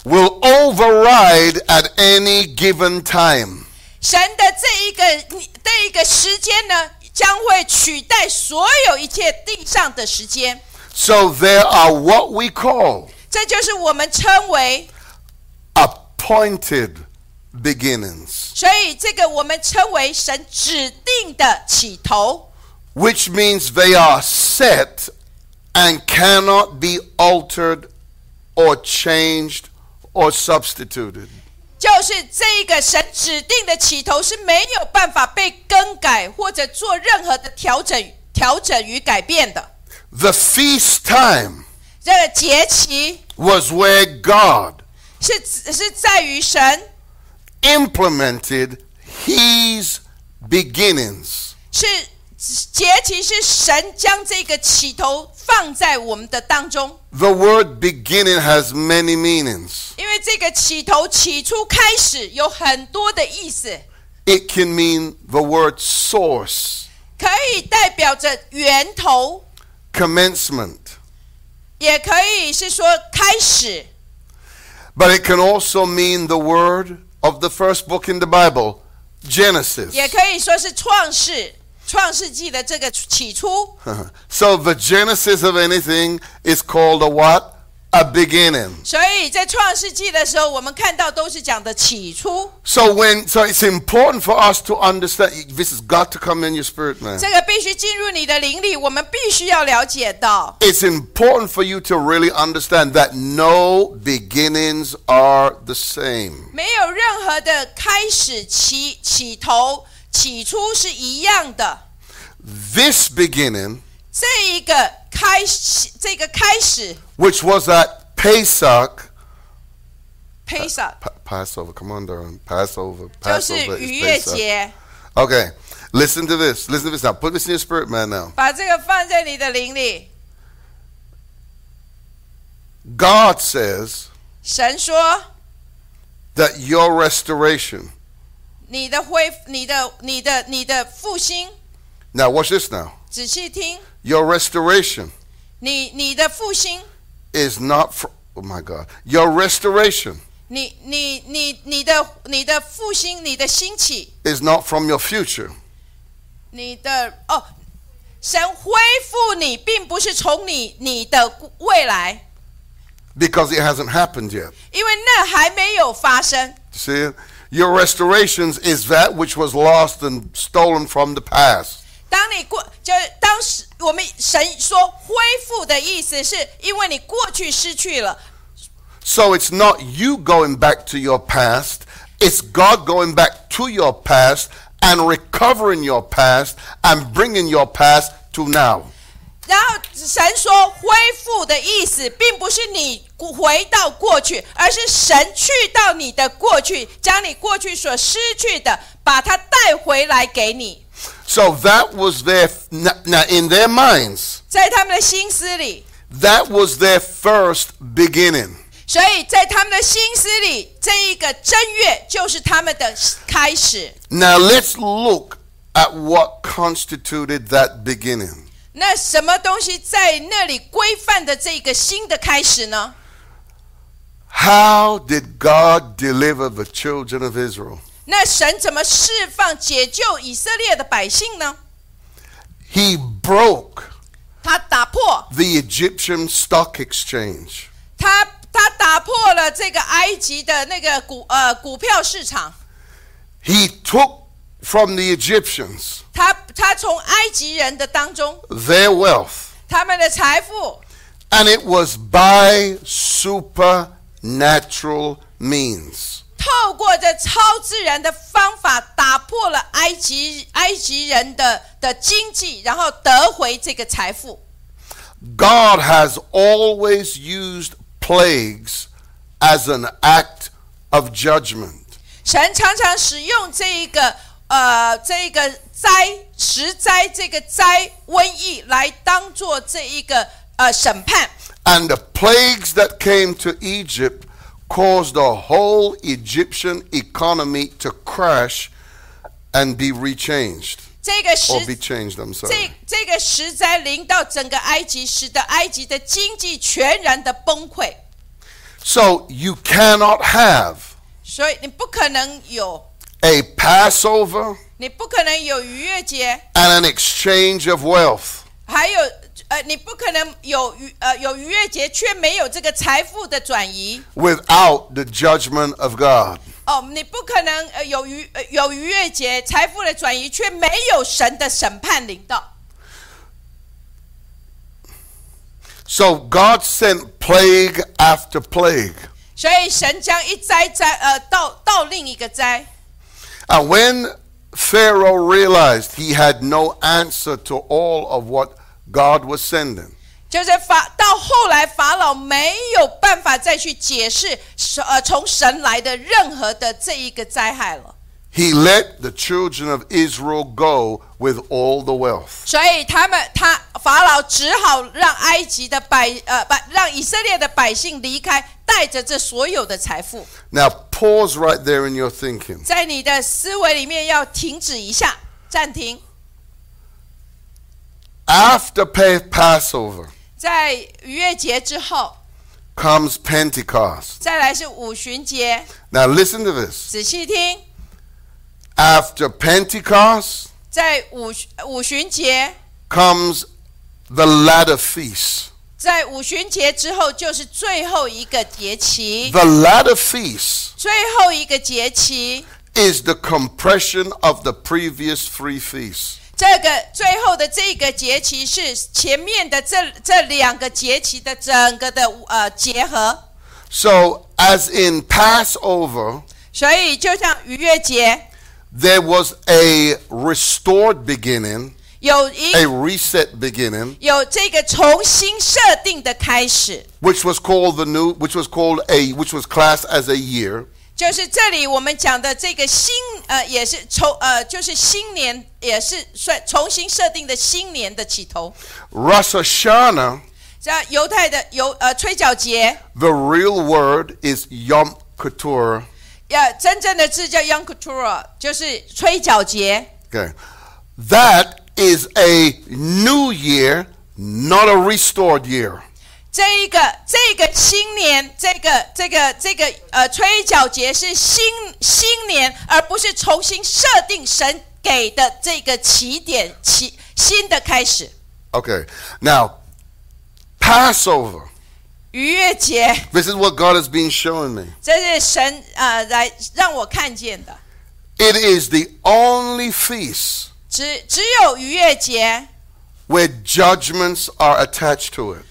Speaker 1: will override at any given time.
Speaker 2: 神的这一个你这一个时间呢，将会取代所有一切地上的时间。
Speaker 1: So there are what we call
Speaker 2: 这就是我们称为，
Speaker 1: appointed beginnings,
Speaker 2: 所以这个我们称为神指定的起头，
Speaker 1: which means they are set and cannot be altered or changed or substituted.
Speaker 2: 就是这一个神指定的起头是没有办法被更改或者做任何的调整、调整与改变的。
Speaker 1: The feast time
Speaker 2: 这个节期
Speaker 1: was where God
Speaker 2: 是是在于神
Speaker 1: implemented his beginnings.
Speaker 2: 是节期是神将这个起头放在我们的当中，
Speaker 1: The word beginning has many meanings.
Speaker 2: 因为这个起头起初开始有很多的意思，
Speaker 1: It can mean the word source,
Speaker 2: 可以代表着源头，
Speaker 1: commencement,
Speaker 2: 也可以是说开始，
Speaker 1: but it can also mean the word of the first book in the Bible, Genesis.
Speaker 2: 也可以说是创世创世纪的这个起初。
Speaker 1: so the genesis of anything is called a what? A beginning.
Speaker 2: 所以在创世纪的时候，我们看到都是讲的起初，
Speaker 1: So when so it's important for us to understand this has got to come in your spirit, man.
Speaker 2: 这个必须进入你的灵里，我们必须要了解到。
Speaker 1: It's important for you to really understand that no beginnings are the same.
Speaker 2: 没有任何的开始起起头起初是一样的。
Speaker 1: This beginning,
Speaker 2: 这一个开始，这个开始
Speaker 1: which was at Pesach,
Speaker 2: Pesach
Speaker 1: Pa- Passover, come on, Darren, Passover,
Speaker 2: 就
Speaker 1: Passover
Speaker 2: 是
Speaker 1: is
Speaker 2: 逾越
Speaker 1: Pesach.
Speaker 2: 节，
Speaker 1: Okay, listen to this. Listen to this now. Put this in your spirit, man. Now,
Speaker 2: 把这个放在你的灵里。
Speaker 1: God says
Speaker 2: 神说
Speaker 1: that your restoration.
Speaker 2: 你的恢复，你的你的你的复兴，
Speaker 1: Now, watch this. Now,
Speaker 2: 仔细听，
Speaker 1: your restoration
Speaker 2: 你你的复兴，
Speaker 1: is not. fr oh my God, your restoration
Speaker 2: 你你你你的你的复兴，你的兴起，
Speaker 1: is not from your future.
Speaker 2: 你的哦，神恢复你，并不是从你你的未来，
Speaker 1: because it hasn't happened yet.
Speaker 2: 因为那还没有发生。
Speaker 1: See it? Your restorations is that which was lost and stolen from the past.
Speaker 2: 当你过，就是当时我们神说恢复的意思，是因为你过去失去了，
Speaker 1: So it's not you going back to your past, it's God going back to your past and recovering your past and bringing your past to now.
Speaker 2: 然后神说恢复的意思，并不是你回到过去，而是神去到你的过去，将你过去所失去的，把它带回来给你。
Speaker 1: So that was their now in their minds.
Speaker 2: 在他们的心思里，
Speaker 1: That was their first beginning.
Speaker 2: 所以在他们的心思里，这一个正月就是他们的开始。
Speaker 1: Now let's look at what constituted that beginning.
Speaker 2: 那什么东西在那里规范的这个新的开始呢？
Speaker 1: How did God deliver the children of Israel?
Speaker 2: 那神怎么释放解救以色列的百姓呢？
Speaker 1: He broke
Speaker 2: 他打破
Speaker 1: the Egyptian stock exchange.
Speaker 2: 他他打破了这个埃及的那个股呃股票市场，
Speaker 1: He took from the Egyptians
Speaker 2: 他他从埃及人的当中，
Speaker 1: their wealth,
Speaker 2: 他们的财富
Speaker 1: and it was by supernatural means.
Speaker 2: 透过这超自然的方法打破了埃及埃及人的的经济，然后得回这个财富。
Speaker 1: God has always used plagues as an act of judgment.
Speaker 2: 神常常使用这一个呃这一个灾石灾这个灾瘟疫来当做这一个呃审判。
Speaker 1: And the plagues that came to Egypt caused the whole Egyptian economy to crash and be rechanged.
Speaker 2: 这个石
Speaker 1: Or be changed, I'm
Speaker 2: 这
Speaker 1: sorry.
Speaker 2: 这个石灾临到整个埃及，使得埃及的经济全然的崩溃，
Speaker 1: So you cannot have
Speaker 2: 所以你不可能有，
Speaker 1: a Passover
Speaker 2: 你不可能有逾越节，
Speaker 1: and an exchange of wealth.
Speaker 2: 还有呃，你不可能有逾呃有逾越节，却没有这个财富的转移
Speaker 1: without the judgment of God.
Speaker 2: 哦，你不可能呃有逾呃有逾越节，财富的转移却没有神的审判领到，
Speaker 1: So God sent plague after plague.
Speaker 2: 所以神将一灾灾呃到到另一个灾。
Speaker 1: And when Pharaoh realized he had no answer to all of what God was sending,
Speaker 2: 就是法到后来，法老没有办法再去解释神呃从神来的任何的这一个灾害了，
Speaker 1: he let the children of Israel go with all the wealth.
Speaker 2: 所以他们他法老只好让埃及的百呃百让以色列的百姓离开，带着这所有的财富。
Speaker 1: Now, pause right there in your thinking.
Speaker 2: 在你的思维里面要停止一下，暂停。
Speaker 1: After Pa- Passover
Speaker 2: 在逾越节之后，
Speaker 1: comes Pentecost.
Speaker 2: 再来是五旬节，
Speaker 1: Now, listen to this.
Speaker 2: 仔细听，
Speaker 1: After Pentecost
Speaker 2: 在五五旬节，
Speaker 1: comes the latter feast.
Speaker 2: 在五旬节之后就是最后一个节期。
Speaker 1: The latter feast
Speaker 2: 最后一个节期，
Speaker 1: is the compression of the previous three feasts.
Speaker 2: 这个最后的这个节期是前面的这这两个节期的整个的呃结合，
Speaker 1: So, as in Passover,
Speaker 2: 所以就像逾越节
Speaker 1: there was a restored beginning,
Speaker 2: 有一
Speaker 1: a reset beginning,
Speaker 2: 有这个重新设定的开始，
Speaker 1: which was called the new, which was called a, which was classed as a year.
Speaker 2: 就是这里我们讲的这个新呃也是重呃就是新年也是算重新设定的新年的起头，
Speaker 1: Rosh Hashanah,
Speaker 2: 像犹太的犹呃吹角节，
Speaker 1: the real word is Yom Kippur.
Speaker 2: 呃真正的字叫 Yom Kippur，就是吹角节。
Speaker 1: Okay. That is a new year, not a restored year.
Speaker 2: 这一个这个新年，这个这个这个呃吹角节是新新年，而不是重新设定神给的这个起点起新的开始。
Speaker 1: Okay. Now, Passover.
Speaker 2: 逾越节，
Speaker 1: This is what God has been showing me.
Speaker 2: 这是神呃来让我看见的，
Speaker 1: It is the only feast
Speaker 2: 只只有逾越节，
Speaker 1: where judgments are attached to it.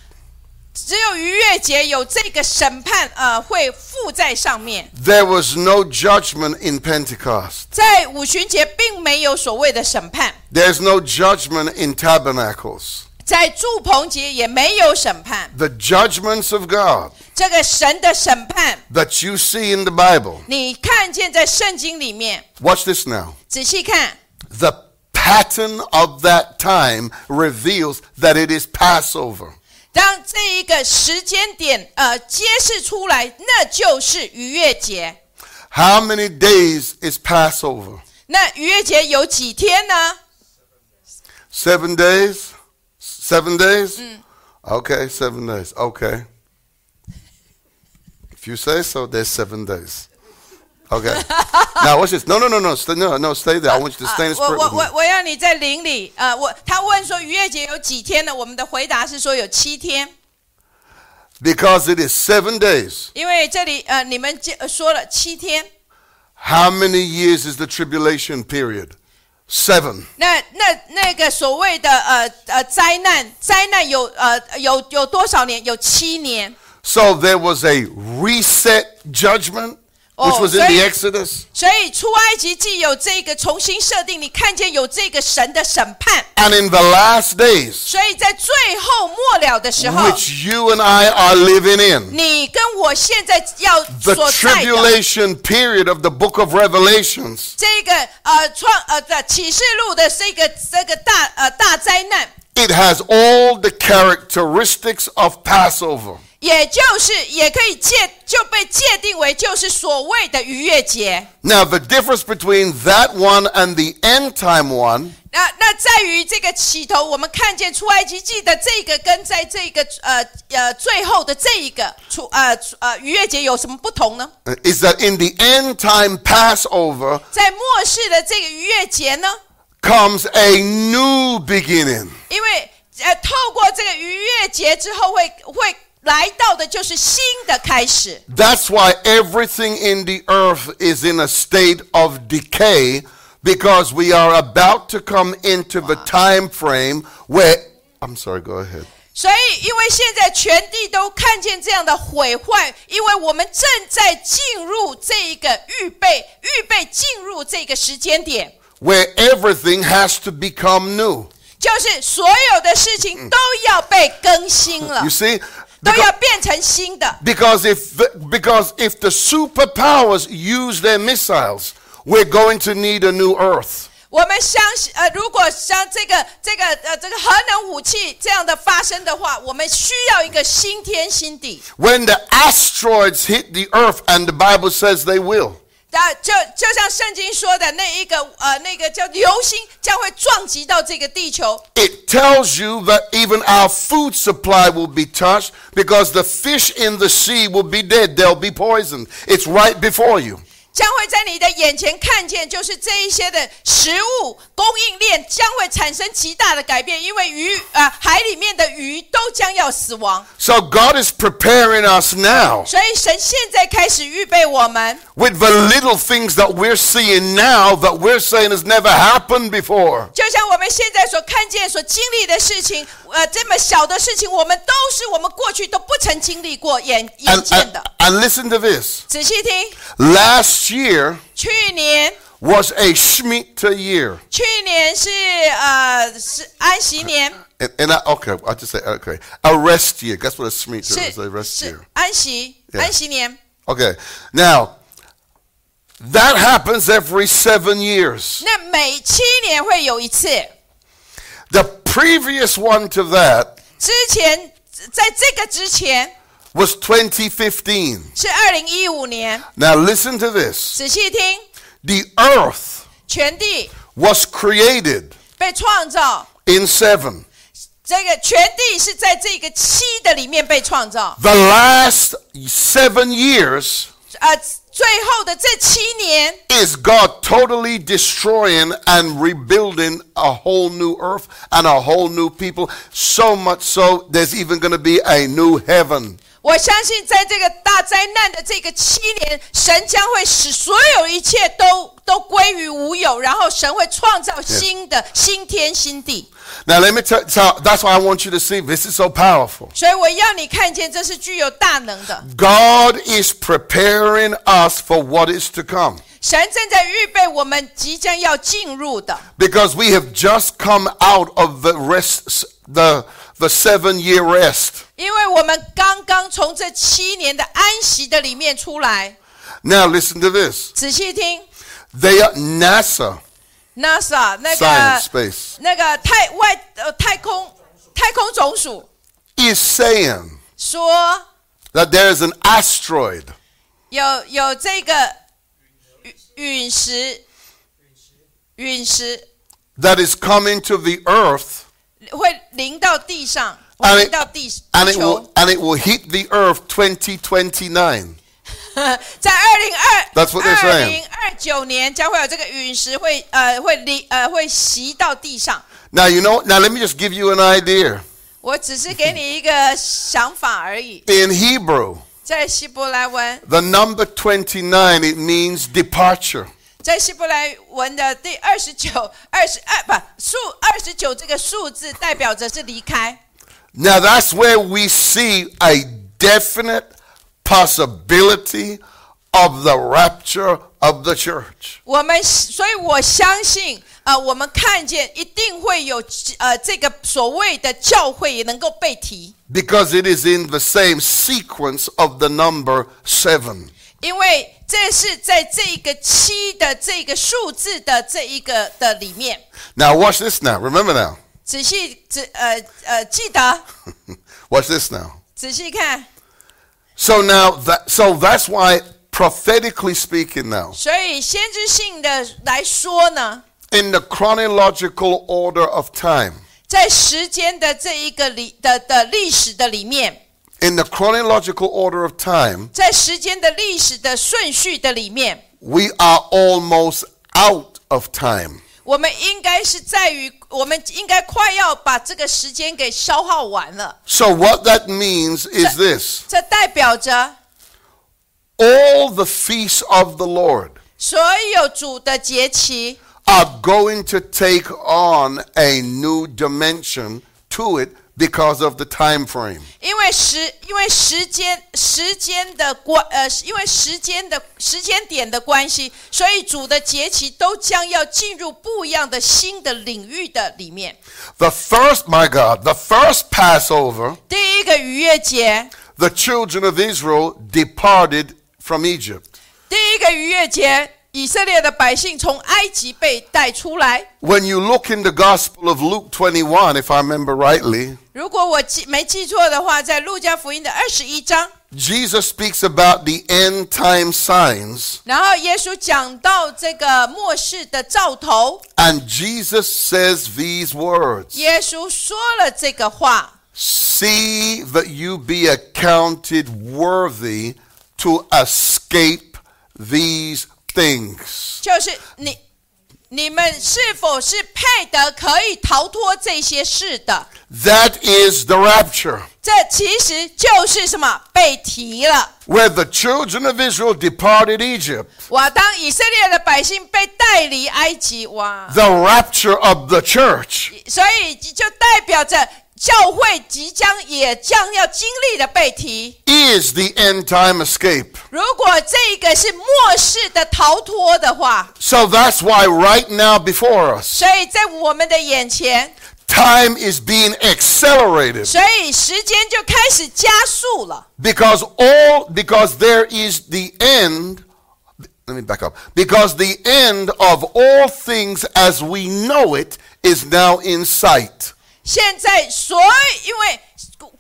Speaker 2: 只有逾越节有这个审判呃会附在上面，
Speaker 1: There was no judgment in Pentecost.
Speaker 2: 在五旬节并没有所谓的审判，
Speaker 1: There's no judgment in Tabernacles.
Speaker 2: 在祝棚节也没有审判，
Speaker 1: The judgments of God
Speaker 2: 这个神的审判。
Speaker 1: that you see in the Bible.
Speaker 2: 你看见在圣经里面，
Speaker 1: Watch this now.
Speaker 2: 仔细看，
Speaker 1: The pattern of that time reveals that it is Passover.
Speaker 2: 当这一个时间点呃揭示出来，那就是逾越节。
Speaker 1: How many days is Passover?
Speaker 2: 那逾越节有几天呢？
Speaker 1: Seven days? Seven days? Okay, seven days. Okay. If you say so, there's seven days. Okay. now watch this. No, no, no, no, stay, no, no, stay there. I want you to
Speaker 2: 啊
Speaker 1: stay in the spirit
Speaker 2: 我我
Speaker 1: with me.
Speaker 2: 我我要你在灵里啊、呃我他问说逾越节有几天呢？我们的回答是说有七天，
Speaker 1: Because it is seven days.
Speaker 2: 因为这里呃你们接呃说了七天，
Speaker 1: How many years is the tribulation period? Seven.
Speaker 2: 那那那个所谓的呃呃灾难，灾难有呃有有多少年？有七年，
Speaker 1: So there was a reset judgment, which
Speaker 2: Oh,
Speaker 1: was in
Speaker 2: so
Speaker 1: the
Speaker 2: you-
Speaker 1: Exodus,
Speaker 2: 所以出埃及记有这个重新设定，你看见有这个神的审判，
Speaker 1: and in the last days,
Speaker 2: 所以在最后末了的时候，
Speaker 1: which you and I are living in.
Speaker 2: 你跟我现在要
Speaker 1: The
Speaker 2: 所在的。
Speaker 1: tribulation period of the book of Revelations
Speaker 2: 这个呃创呃的启示录的这个这个大呃大灾难，
Speaker 1: It has all the characteristics of Passover.
Speaker 2: 也就是也可以界就被界定为就是所谓的逾越节。
Speaker 1: Now, the difference between that one and the end time one
Speaker 2: 那那在于这个起头，我们看见出埃及记的这个跟在这个呃呃最后的这一个出呃出呃逾越节有什么不同呢？
Speaker 1: uh, is that in the end time Passover
Speaker 2: 在末世的这个逾越节呢，
Speaker 1: comes a new beginning.
Speaker 2: 因为呃透过这个逾越节之后会会来到的就是新的开始。
Speaker 1: That's why everything in the earth is in a state of decay because we are about to come into the time frame where. I'm sorry, go ahead.
Speaker 2: 所以，因为现在全地都看见这样的毁坏，因为我们正在进入这一个预备，预备进入这个时间点，
Speaker 1: Where everything has to become new.
Speaker 2: 就是所有的事情都要被更新了
Speaker 1: You，see?
Speaker 2: 都
Speaker 1: Because-
Speaker 2: 要变成新的。
Speaker 1: Because if the, because if the superpowers use their missiles, we're going to need a new earth.
Speaker 2: 我们相信，呃，如果像这个、这个、呃，这个核能武器这样的发生的话，我们需要一个新天新地。
Speaker 1: When the asteroids hit the earth, and the Bible says they will,
Speaker 2: 那就就像圣经说的那一个，呃，那个叫流星将会撞击到这个地球，
Speaker 1: it tells you that even our food supply will be touched because the fish in the sea will be dead. They'll be poisoned. It's right before you.
Speaker 2: 将会在你的眼前看见，就是这一些的食物供应链将会产生极大的改变，因为鱼啊、呃海里面的鱼都将要死亡，
Speaker 1: So God is preparing us now
Speaker 2: 所以神现在开始预备我们，
Speaker 1: with the little things that we're seeing now that we're saying has never happened before.
Speaker 2: 就像我们现在所看见、所经历的事情，呃，这么小的事情，我们都是我们过去都不曾经历过、眼
Speaker 1: And-
Speaker 2: 眼见
Speaker 1: and,
Speaker 2: 的。
Speaker 1: and listen to this.
Speaker 2: 仔细听，
Speaker 1: Last year
Speaker 2: 去年，
Speaker 1: was a Shemitah year.
Speaker 2: 去年是呃是安息年，
Speaker 1: And, and I, okay, I just say, okay. A rest year. Guess what a Shemitah
Speaker 2: 是
Speaker 1: is? A rest
Speaker 2: 是
Speaker 1: year.
Speaker 2: 安息
Speaker 1: Yeah.
Speaker 2: 安息年。
Speaker 1: Okay. Now, that happens every seven years.
Speaker 2: 那每七年会有一次。
Speaker 1: The previous one to that
Speaker 2: 之前在这个之前
Speaker 1: was 2015.
Speaker 2: 是二零一五年，
Speaker 1: Now, listen to this
Speaker 2: 仔细听，
Speaker 1: the earth
Speaker 2: 全地
Speaker 1: was created
Speaker 2: 被创造，
Speaker 1: in seven.
Speaker 2: 这个全地是在这个七的里面被创造。
Speaker 1: The last seven years
Speaker 2: 呃，最后的这七年，
Speaker 1: is God totally destroying and rebuilding a whole new earth and a whole new people. So much so, there's even going to be a new heaven.
Speaker 2: 我相信在这个大灾难的这个七年，神将会使所有一切都都归于无有，然后神会创造新的新天新地。
Speaker 1: Now, let me tell so that's why I want you to see this is so powerful.
Speaker 2: 所以我要你看见，这是具有大能的。
Speaker 1: God is preparing us for what is to come
Speaker 2: 神正在预备我们即将要进入的。
Speaker 1: because we have just come out of the rest, the, the seven year rest.
Speaker 2: 因为我们刚刚从这七年的安息的里面出来，
Speaker 1: Now, listen to this.
Speaker 2: 仔细听
Speaker 1: They are NASA,
Speaker 2: ，NASA 那
Speaker 1: science,
Speaker 2: 个
Speaker 1: space,
Speaker 2: 那个太外呃太空太空总署
Speaker 1: is saying
Speaker 2: 说
Speaker 1: that there is an asteroid
Speaker 2: 有有这个陨陨石陨石
Speaker 1: that is coming to the earth
Speaker 2: 会淋到地上，
Speaker 1: And it-
Speaker 2: 会淋到地
Speaker 1: and
Speaker 2: 地
Speaker 1: it will
Speaker 2: 球，
Speaker 1: and it will hit the earth 2029
Speaker 2: 在二零二
Speaker 1: That's what they're
Speaker 2: 二
Speaker 1: saying.
Speaker 2: 零二九年将会有这个陨石会呃会离呃会袭到地上。
Speaker 1: Now, you know, now let me just give you an idea.
Speaker 2: 我只是给你一个想法而已。
Speaker 1: In Hebrew,
Speaker 2: 在希伯来文，
Speaker 1: the number 29, it means departure.
Speaker 2: 在希伯来文的第二十九、二十二不数二十九这个数字代表着是离开，
Speaker 1: Now, that's where we see a definite possibility of the rapture of the church.
Speaker 2: 我们所以我相信，呃，我们看见一定会有呃这个所谓的教会能够被提，
Speaker 1: Because it is in the same sequence of the number seven.
Speaker 2: 因为这是在这个七的这个数字的这一个的里面。
Speaker 1: Now, watch this now. Remember now.
Speaker 2: 仔细仔呃呃记得
Speaker 1: Watch this now.
Speaker 2: 仔细看，
Speaker 1: So now that so that's why prophetically speaking now,
Speaker 2: 所以先知性的来说呢，
Speaker 1: in the chronological order of time,
Speaker 2: 在时间的这一个里的的历史的里面，
Speaker 1: in the chronological order of time,
Speaker 2: 在时间的历史的顺序的里面，
Speaker 1: we are almost out of time.
Speaker 2: 我们应该是在于我们应该快要把这个时间给消耗完了。
Speaker 1: So what that means is this.
Speaker 2: 这代表着
Speaker 1: All the feasts of the Lord
Speaker 2: 所有主的节期
Speaker 1: are going to take on a new dimension to it because of the time frame.
Speaker 2: 因为时因为时间时间的关呃，因为时间的时间点的关系，所以主的节期都将要进入不一样的新的领域的里面。
Speaker 1: The first, my God, the first Passover,
Speaker 2: 第一个逾越节，
Speaker 1: the children of Israel departed from Egypt.
Speaker 2: 第一个逾越节，以色列的百姓从埃及被带出来。
Speaker 1: When you look in the Gospel of Luke 21, if I remember rightly,
Speaker 2: 如果我记没记错的话，在路加福音的二十一章，
Speaker 1: Jesus speaks about the end time signs,
Speaker 2: 然后耶稣讲到这个末世的兆头，
Speaker 1: and Jesus says these words
Speaker 2: 耶稣说了这个话，
Speaker 1: See that you be accounted worthy to escape these things.
Speaker 2: 就是你你们是否是配得可以逃脱这些事的？
Speaker 1: That is the rapture.
Speaker 2: 这其实就是什么被提了。
Speaker 1: Where the children of Israel departed Egypt,
Speaker 2: 哇！当以色列的百姓被带离埃及，哇！
Speaker 1: the rapture of the church
Speaker 2: 所以就代表着教会即将也将要经历的被提。
Speaker 1: is the end time escape.
Speaker 2: 如果这个是末世的逃脱的话，
Speaker 1: So that's why right now before us,
Speaker 2: 所以在我们的眼前，
Speaker 1: time is being accelerated
Speaker 2: 所以时间就开始加速了。
Speaker 1: because all because there is the end let me back up. Because the end of all things as we know it is now in sight.
Speaker 2: 现在，所以因为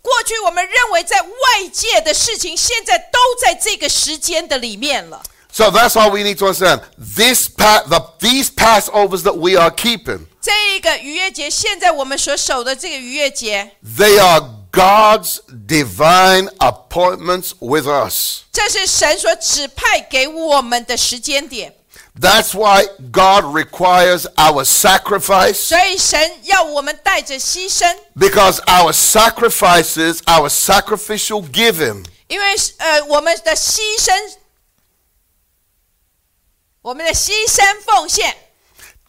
Speaker 2: 过去我们认为在外界的事情，现在都在这个时间的里面了。
Speaker 1: So that's why we need to understand this pa- the, these Passovers that we are keeping,
Speaker 2: 这一个逾越节，现在我们所守的这个逾越节，
Speaker 1: they are God's divine appointments with us.
Speaker 2: 这是神所指派给我们的时间点。
Speaker 1: That's why God requires our sacrifice
Speaker 2: 所以神要我们带着牺牲，
Speaker 1: because our sacrifices, our sacrificial giving
Speaker 2: 因为呃我们的牺牲，我们的牺牲奉献，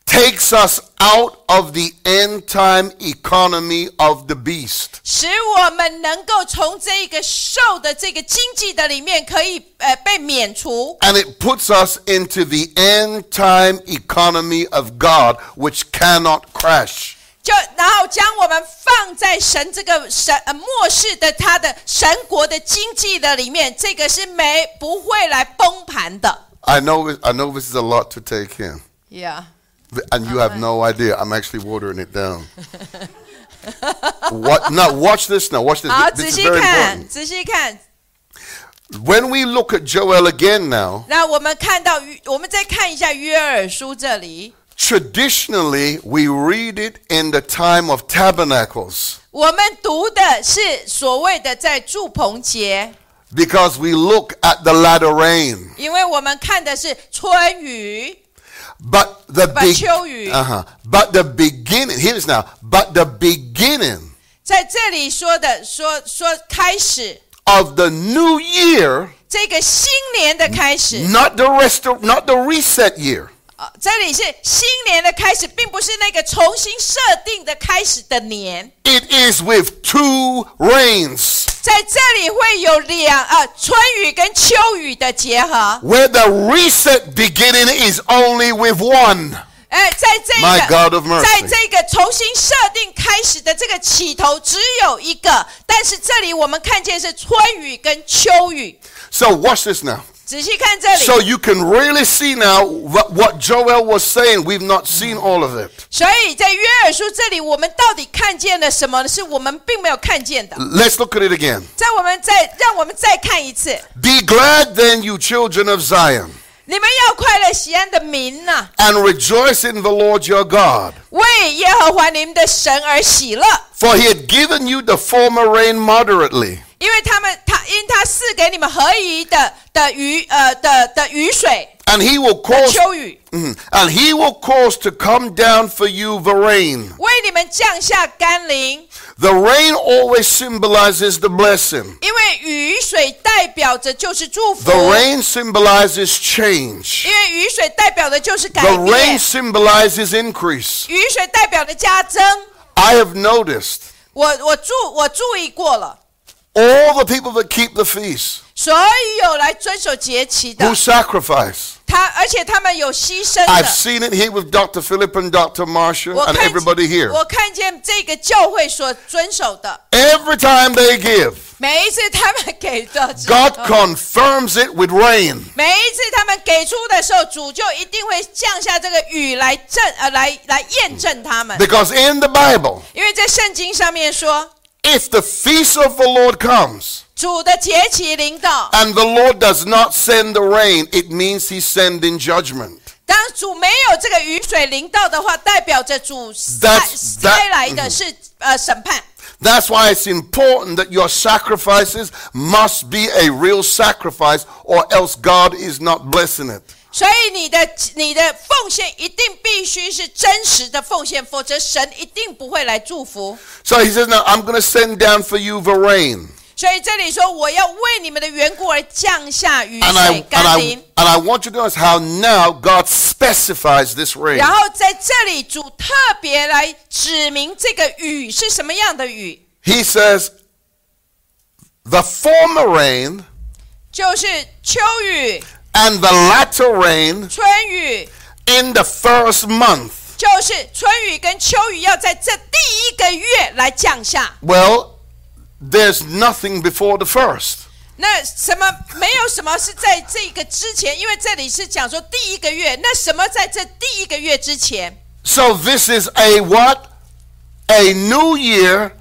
Speaker 1: takes us out of the end time economy of the beast.
Speaker 2: 使我们能够从这一个受的这个经济的里面可以呃被免除，
Speaker 1: And it puts us into the end time economy of God, which cannot crash.
Speaker 2: 就然后将我们放在神这个神呃末世的他的神国的经济的里面，这个是没不会来崩盘的。
Speaker 1: I know, I know this is a lot to take in.
Speaker 2: Yeah.
Speaker 1: And you have no idea. I'm actually watering it down. what? Now, watch this now. Watch this.
Speaker 2: 好，
Speaker 1: This
Speaker 2: 仔
Speaker 1: is
Speaker 2: 细
Speaker 1: very
Speaker 2: 看，
Speaker 1: important.
Speaker 2: 仔细看。
Speaker 1: When we look at Joel again now,
Speaker 2: 那我们看到约，我们再看一下约珥书这里，
Speaker 1: traditionally we read it in the time of tabernacles
Speaker 2: 我们读的是所谓的在祝棚节，
Speaker 1: because we look at the latter rain.
Speaker 2: 因为我们看的是春雨，
Speaker 1: But the
Speaker 2: But show you.
Speaker 1: uh-huh. But the beginning. Hear this now. But the beginning
Speaker 2: 在这里说的说说开始，
Speaker 1: of the new year,
Speaker 2: 这个新年的开始，
Speaker 1: not the rest, of, not the reset year,
Speaker 2: 啊，这里是新年的开始，并不是那个重新设定的开始的年，
Speaker 1: it is with two rains.
Speaker 2: 在这里会有两呃春雨跟秋雨的结合，
Speaker 1: Where the reset beginning is only with one.
Speaker 2: 哎，在这
Speaker 1: My
Speaker 2: 个
Speaker 1: God of mercy
Speaker 2: 在这个重新设定开始的这个起头只有一个，但是这里我们看见是春雨跟秋雨，
Speaker 1: So watch this now.
Speaker 2: 仔细看这里。
Speaker 1: So you can really see now what, what Joel was saying. We've not seen all of it.
Speaker 2: 所以在约珥书这里，我们到底看见了什么呢？是我们并没有看见的。
Speaker 1: Let's look at it again.
Speaker 2: 在我们再让我们再看一次，
Speaker 1: Be glad then, you children of Zion,
Speaker 2: 你们要快乐喜安的民呐、
Speaker 1: and rejoice in the Lord your God.
Speaker 2: 为耶和华你们的神而喜乐，
Speaker 1: For he had given you the former rain moderately,
Speaker 2: 因为他们他因他赐给你们合宜的的雨呃的的雨水
Speaker 1: and he will
Speaker 2: 的
Speaker 1: cause
Speaker 2: 秋雨，
Speaker 1: Mhm. and he will cause to come down for you the rain.
Speaker 2: 为你们降下甘霖，
Speaker 1: The rain always symbolizes the blessing.
Speaker 2: 因为雨水代表着就是祝福
Speaker 1: The，rain symbolizes change.
Speaker 2: 因为雨水代表的就是改
Speaker 1: The rain
Speaker 2: 变，
Speaker 1: symbolizes increase.
Speaker 2: 雨水代表的加增。
Speaker 1: I have noticed
Speaker 2: 我我注我注意过了，
Speaker 1: all the people that keep the feast,
Speaker 2: 所以有来遵守节期的
Speaker 1: who，sacrifice.
Speaker 2: 他而且他们有牺牲
Speaker 1: I've
Speaker 2: 的。
Speaker 1: seen it here with Dr. Philip and Dr. Marsha
Speaker 2: 我
Speaker 1: and
Speaker 2: 看
Speaker 1: everybody
Speaker 2: 见
Speaker 1: here.
Speaker 2: 我看见这个教会所遵守的。
Speaker 1: Every time they give,
Speaker 2: 每一次他们给的时候
Speaker 1: God confirms it with rain.
Speaker 2: 每一次他们给出的时候，主就一定会降下这个雨来证呃来来验证他们，
Speaker 1: Because in the Bible,
Speaker 2: 因为在圣经上面说，
Speaker 1: if the feast of the Lord comes
Speaker 2: 主的节期领导，
Speaker 1: and the Lord does not send the rain, it means he's sending judgment.
Speaker 2: 当主没有这个雨水领到的话，代表着主塞
Speaker 1: That's-
Speaker 2: 塞
Speaker 1: that-
Speaker 2: 来的是呃审判。
Speaker 1: That's why it's important that your sacrifices must be a real sacrifice or else God is not blessing it.
Speaker 2: 所以你的你的奉献一定必须是真实的奉献，否则神一定不会来祝福。
Speaker 1: So he says, Now I'm going to send down for you the rain.
Speaker 2: 所以这里说，我要为你们的缘故而降下雨
Speaker 1: And I,
Speaker 2: 水
Speaker 1: and,
Speaker 2: 甘
Speaker 1: I,
Speaker 2: 霖
Speaker 1: and。I want you to notice how now God specifies this rain.
Speaker 2: 然后在这里，主特别来指明这个雨是什么样的雨，
Speaker 1: He says, The former rain
Speaker 2: 就是秋雨、
Speaker 1: and the latter rain
Speaker 2: 春雨，
Speaker 1: in the first month.
Speaker 2: 就是春雨跟秋雨要在这第一个月来降下。
Speaker 1: Well, there's nothing before the first.
Speaker 2: 那什么没有什么是在这个之前，因为这里是讲说第一个月，那什么在这第一个月之前？
Speaker 1: So this is a what? A new year,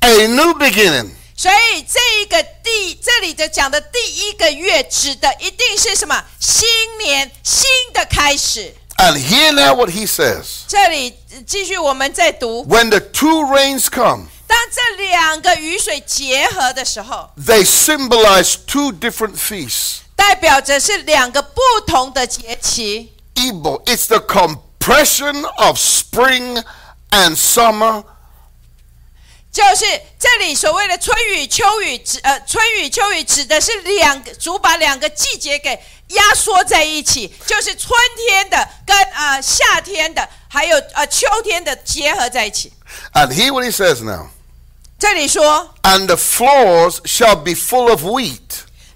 Speaker 1: a new beginning.
Speaker 2: 所以这一个第这里的讲的第一个月，指的一定是什么？新年新的开始。
Speaker 1: And hear now what he says.
Speaker 2: 这里呃继续，我们再读。
Speaker 1: When the two rains come,
Speaker 2: 当这两个雨水结合的时候，
Speaker 1: they symbolize two different feasts.
Speaker 2: 代表着是两个不同的节期。
Speaker 1: Igbo, it's the compression of spring and summer
Speaker 2: 就是这里所谓的春雨、秋雨指呃，春雨、秋雨指的是两个主把两个季节给压缩在一起，就是春天的跟呃夏天的，还有呃秋天的结合在一起。
Speaker 1: And hear what he says now.
Speaker 2: 这里说，
Speaker 1: And the floors shall be full of wheat,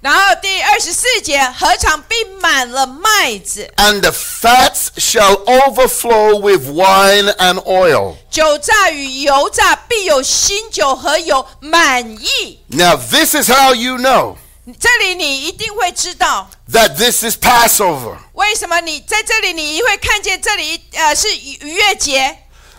Speaker 2: 然后第二十四节，何尝并满了麦子，
Speaker 1: and the fats shall overflow with wine and oil.
Speaker 2: 酒榨与油榨必有新酒和油满意。
Speaker 1: Now, this is how you know
Speaker 2: 这里你一定会知道，
Speaker 1: that this is Passover.
Speaker 2: 为什么你在这里你会看见这里呃是逾越节。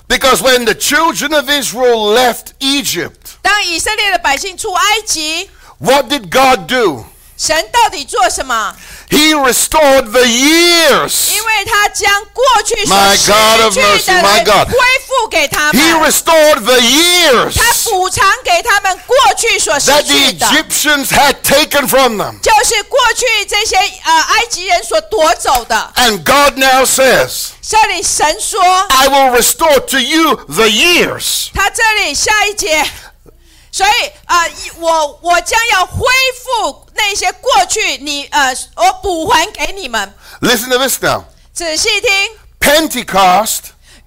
Speaker 1: Because when the children of Israel left Egypt,
Speaker 2: 当以色列的百姓出埃及，
Speaker 1: what did God do?
Speaker 2: 神到底做什么？
Speaker 1: He restored the years.
Speaker 2: 因为他将过去所
Speaker 1: My
Speaker 2: 失
Speaker 1: God of
Speaker 2: 去
Speaker 1: mercy,
Speaker 2: 的
Speaker 1: my
Speaker 2: 人
Speaker 1: God.
Speaker 2: 恢复给他
Speaker 1: He
Speaker 2: 们，
Speaker 1: restored the
Speaker 2: 他
Speaker 1: years.
Speaker 2: 补偿给他们过去所失
Speaker 1: that
Speaker 2: 去
Speaker 1: the
Speaker 2: 的，
Speaker 1: Egyptians had taken from them.
Speaker 2: 就是过去这些呃埃及人所夺走的。
Speaker 1: And God now says,
Speaker 2: 这里神说，
Speaker 1: I will restore to you the years.
Speaker 2: 他这里下一节，所以呃，一我我将要恢复那些过去你呃，我补还给你们。
Speaker 1: Listen to this now.
Speaker 2: 仔细听，
Speaker 1: Pentecost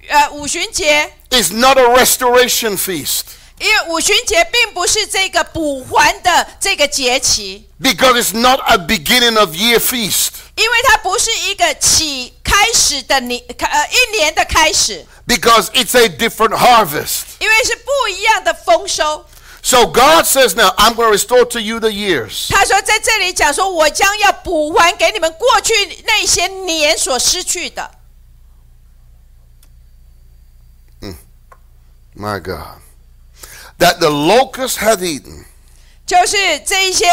Speaker 2: 呃，五旬节，
Speaker 1: is not a restoration feast
Speaker 2: 因为五旬节并不是这个补还的这个节期，
Speaker 1: because it's not a beginning of year feast.
Speaker 2: 因为它不是一个起开始的年，开呃，一年的开始，
Speaker 1: because it's a different harvest.
Speaker 2: 因为是不一样的丰收。
Speaker 1: So God says now, I'm going to restore to you the years.
Speaker 2: 他说在这里讲说，我将要补还给你们过去那些年所失去的。
Speaker 1: My God. That the locust hath eaten,
Speaker 2: 就是这一些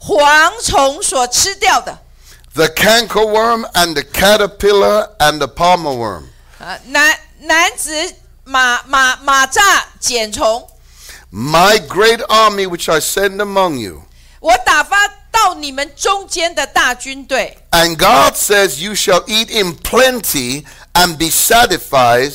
Speaker 2: 蝗虫所吃掉的，
Speaker 1: the cankerworm and the caterpillar and the palmer worm.
Speaker 2: 呃，男男子马马马蚱茧虫，
Speaker 1: My great army which I send among you.
Speaker 2: 我打发到你们中间的大军队，
Speaker 1: And God says, You shall eat in plenty and be satisfied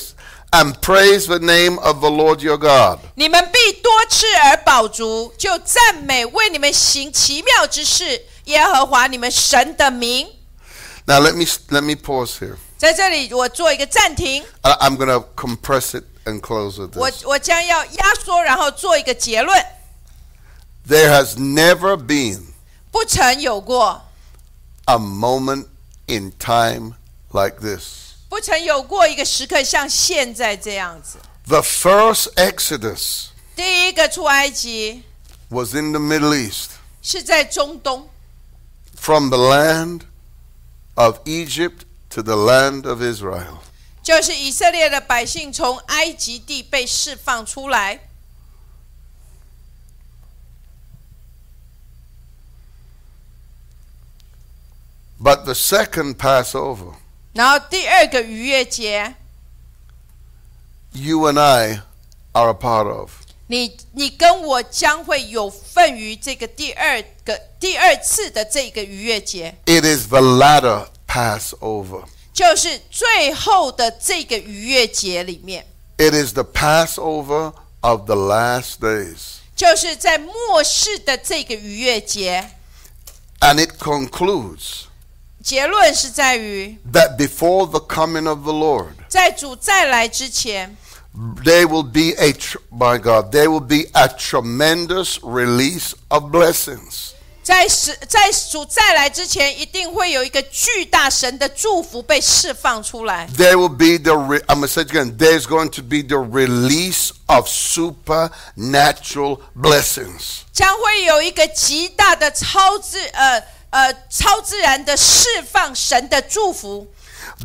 Speaker 1: and praise the name of the Lord your God.
Speaker 2: 你们必多吃而饱足，就赞美为你们行奇妙之事耶和华你们神的名。
Speaker 1: Now let me let me pause here.
Speaker 2: 在这里，我做一个暂停，
Speaker 1: I, I'm going to compress it and close with this.
Speaker 2: 我我将要压缩，然后做一个结论。
Speaker 1: There has never been
Speaker 2: 不曾有过，
Speaker 1: a moment in time like this.
Speaker 2: 不曾有过一个时刻像现在这样子。
Speaker 1: The first Exodus
Speaker 2: 第一个出埃及
Speaker 1: was in the Middle East
Speaker 2: 是在中东，
Speaker 1: from the land of Egypt to the land of Israel.
Speaker 2: 就是以色列的百姓从埃及地被释放出来。
Speaker 1: But the second Passover,
Speaker 2: 然后第二个逾越节，
Speaker 1: you and I are a part of.
Speaker 2: 你你跟我将会有份于这个第二个第二次的这个逾越节，
Speaker 1: It is the latter Passover.
Speaker 2: 就是最后的这个逾越节里面，
Speaker 1: It is the Passover of the last days.
Speaker 2: 就是在末世的这个逾越节。
Speaker 1: And it concludes
Speaker 2: 结论是在于，
Speaker 1: that before the coming of the Lord,
Speaker 2: 在主再来之前，
Speaker 1: there will be a tr- my God, there will be a tremendous release of blessings.
Speaker 2: 在使在主再来之前，一定会有一个巨大神的祝福被释放出来。
Speaker 1: There will be the re- I'm gonna say it again. There's going to be the release of supernatural blessings.
Speaker 2: 将会有一个极大的超自呃呃超自然的释放神的祝福，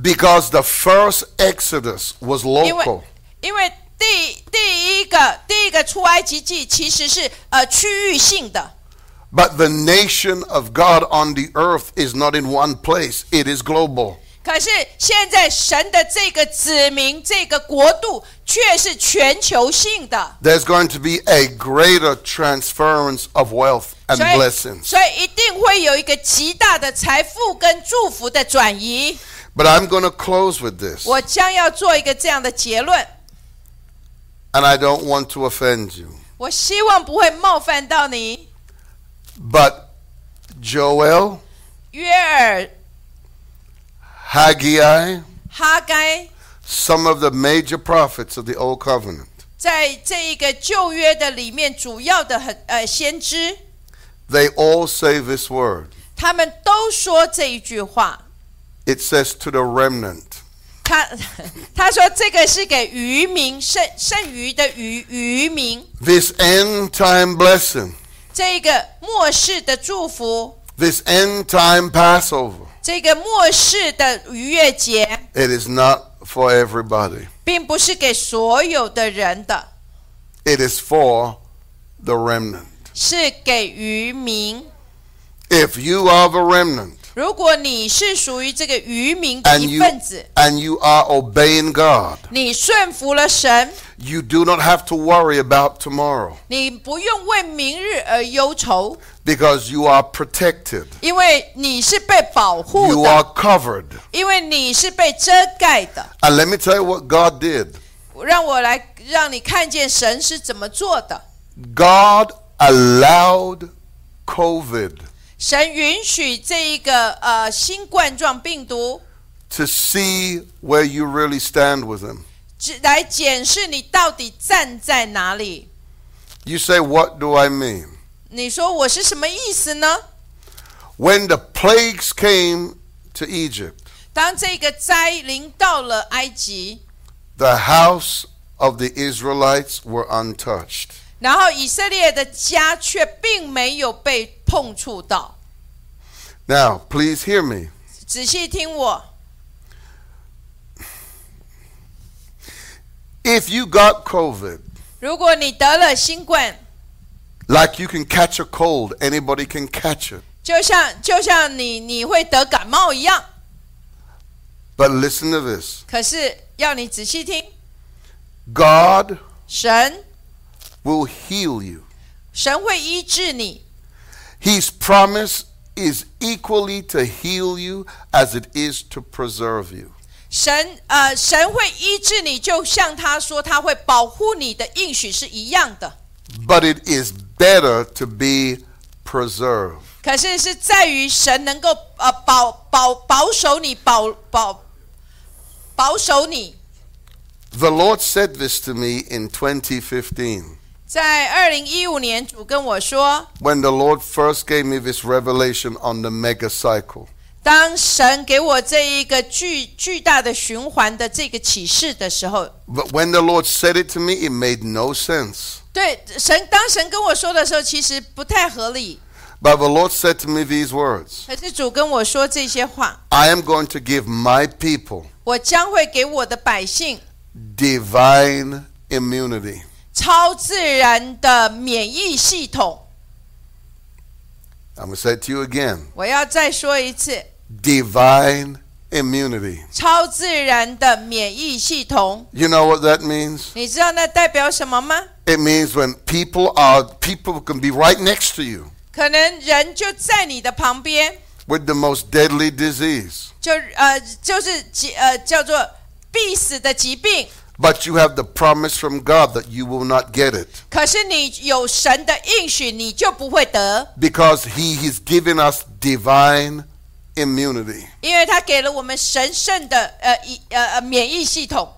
Speaker 1: Because the first Exodus was
Speaker 2: 因为
Speaker 1: local.
Speaker 2: 因为第第一个第一个出埃及记其实是呃区域性的，
Speaker 1: But the nation of God on the earth is not in one place, it is global.
Speaker 2: 可是现在神的这个子民这个国度却是全球性的，
Speaker 1: There's going to be a greater transference of wealth and
Speaker 2: 所以
Speaker 1: blessings.
Speaker 2: 所以一定会有一个极大的财富跟祝福的转移。
Speaker 1: But I'm going to close with this.
Speaker 2: 我将要做一个这样的结论，
Speaker 1: and I don't want to offend you.
Speaker 2: 我希望不会冒犯到你。
Speaker 1: But Joel,
Speaker 2: 约尔、
Speaker 1: Haggai,
Speaker 2: 哈该
Speaker 1: some of the major prophets of the Old Covenant,
Speaker 2: 在这一个旧约的里面，主要的很呃先知，
Speaker 1: they all say this word.
Speaker 2: 他们都说这一句话。
Speaker 1: It says to the remnant.
Speaker 2: 他 他说这个是给渔民剩剩余的渔渔民，
Speaker 1: This end time blessing,
Speaker 2: 这个末世的祝福，
Speaker 1: this end time Passover,
Speaker 2: 这个末世的逾越节，
Speaker 1: it is not for everybody.
Speaker 2: 并不是给所有的人的，
Speaker 1: It is for the remnant.
Speaker 2: 是给渔民。
Speaker 1: If you are the remnant,
Speaker 2: 如果你是属于这个渔民的
Speaker 1: and
Speaker 2: 一
Speaker 1: you
Speaker 2: 份子，
Speaker 1: and you are obeying God.
Speaker 2: 你顺服了神，
Speaker 1: You do not have to worry about tomorrow
Speaker 2: 你不用为明日而忧愁，
Speaker 1: because you are protected.
Speaker 2: 因为你是被保护
Speaker 1: You
Speaker 2: 的，
Speaker 1: are covered.
Speaker 2: 因为你是被遮盖的。
Speaker 1: And let me tell you what God did.
Speaker 2: 让我来让你看见神是怎么做的。
Speaker 1: God allowed COVID
Speaker 2: 神允许这一个呃新冠状病毒
Speaker 1: to see where you really stand with Him.
Speaker 2: 只来检视你到底站在哪里。
Speaker 1: You say, What do I mean?
Speaker 2: 你说我是什么意思呢？
Speaker 1: When the plagues came to Egypt,
Speaker 2: 当这个灾临到了埃及，
Speaker 1: the house of the Israelites were untouched.
Speaker 2: 然后以色列的家却并没有被碰触到。
Speaker 1: Now, please hear me.
Speaker 2: 仔细听我，
Speaker 1: If you got COVID,
Speaker 2: 如果你得了新冠，
Speaker 1: like you can catch a cold, anybody can catch it.
Speaker 2: 就像就像你你会得感冒一样，
Speaker 1: But listen to this
Speaker 2: 可是要你仔细听，
Speaker 1: God
Speaker 2: 神
Speaker 1: will heal you.
Speaker 2: 神会医治你，
Speaker 1: His promise is equally to heal you as it is to preserve you.
Speaker 2: 神呃神会医治你，就像他说他会保护你的应许是一样的。
Speaker 1: But it is better to be preserved.
Speaker 2: 可是是在于神能够呃保保保守你，保保保守你。
Speaker 1: The Lord said this to me in 2015
Speaker 2: 在二零一五年，主跟我说，
Speaker 1: when the Lord first gave me this revelation on the mega cycle.
Speaker 2: 当神给我这一个巨巨大的循环的这个启示的时候，
Speaker 1: But when the Lord said it to me, it made no sense.
Speaker 2: 对神，当神跟我说的时候，其实不太合理。
Speaker 1: But the Lord said to me these words
Speaker 2: 可是主跟我说这些话，
Speaker 1: I am going to give my people
Speaker 2: 我将会给我的百姓
Speaker 1: divine immunity.
Speaker 2: 超自然的免疫系统。
Speaker 1: I'm going to say it to you again
Speaker 2: 我要再说一次，
Speaker 1: divine immunity.
Speaker 2: 超自然的免疫系统。
Speaker 1: You know what that means?
Speaker 2: 你知道那代表什么吗？
Speaker 1: It means when people are, people can be right next to you
Speaker 2: 可能人就在你的旁边，
Speaker 1: with the most deadly disease,
Speaker 2: 就呃就是疾呃叫做必死的疾病。
Speaker 1: but you have the promise from God that you will not get it
Speaker 2: 可是你有神的应许，你就不会得，
Speaker 1: because He has given us divine immunity.
Speaker 2: 因为他给了我们神圣的呃一呃呃免疫系统，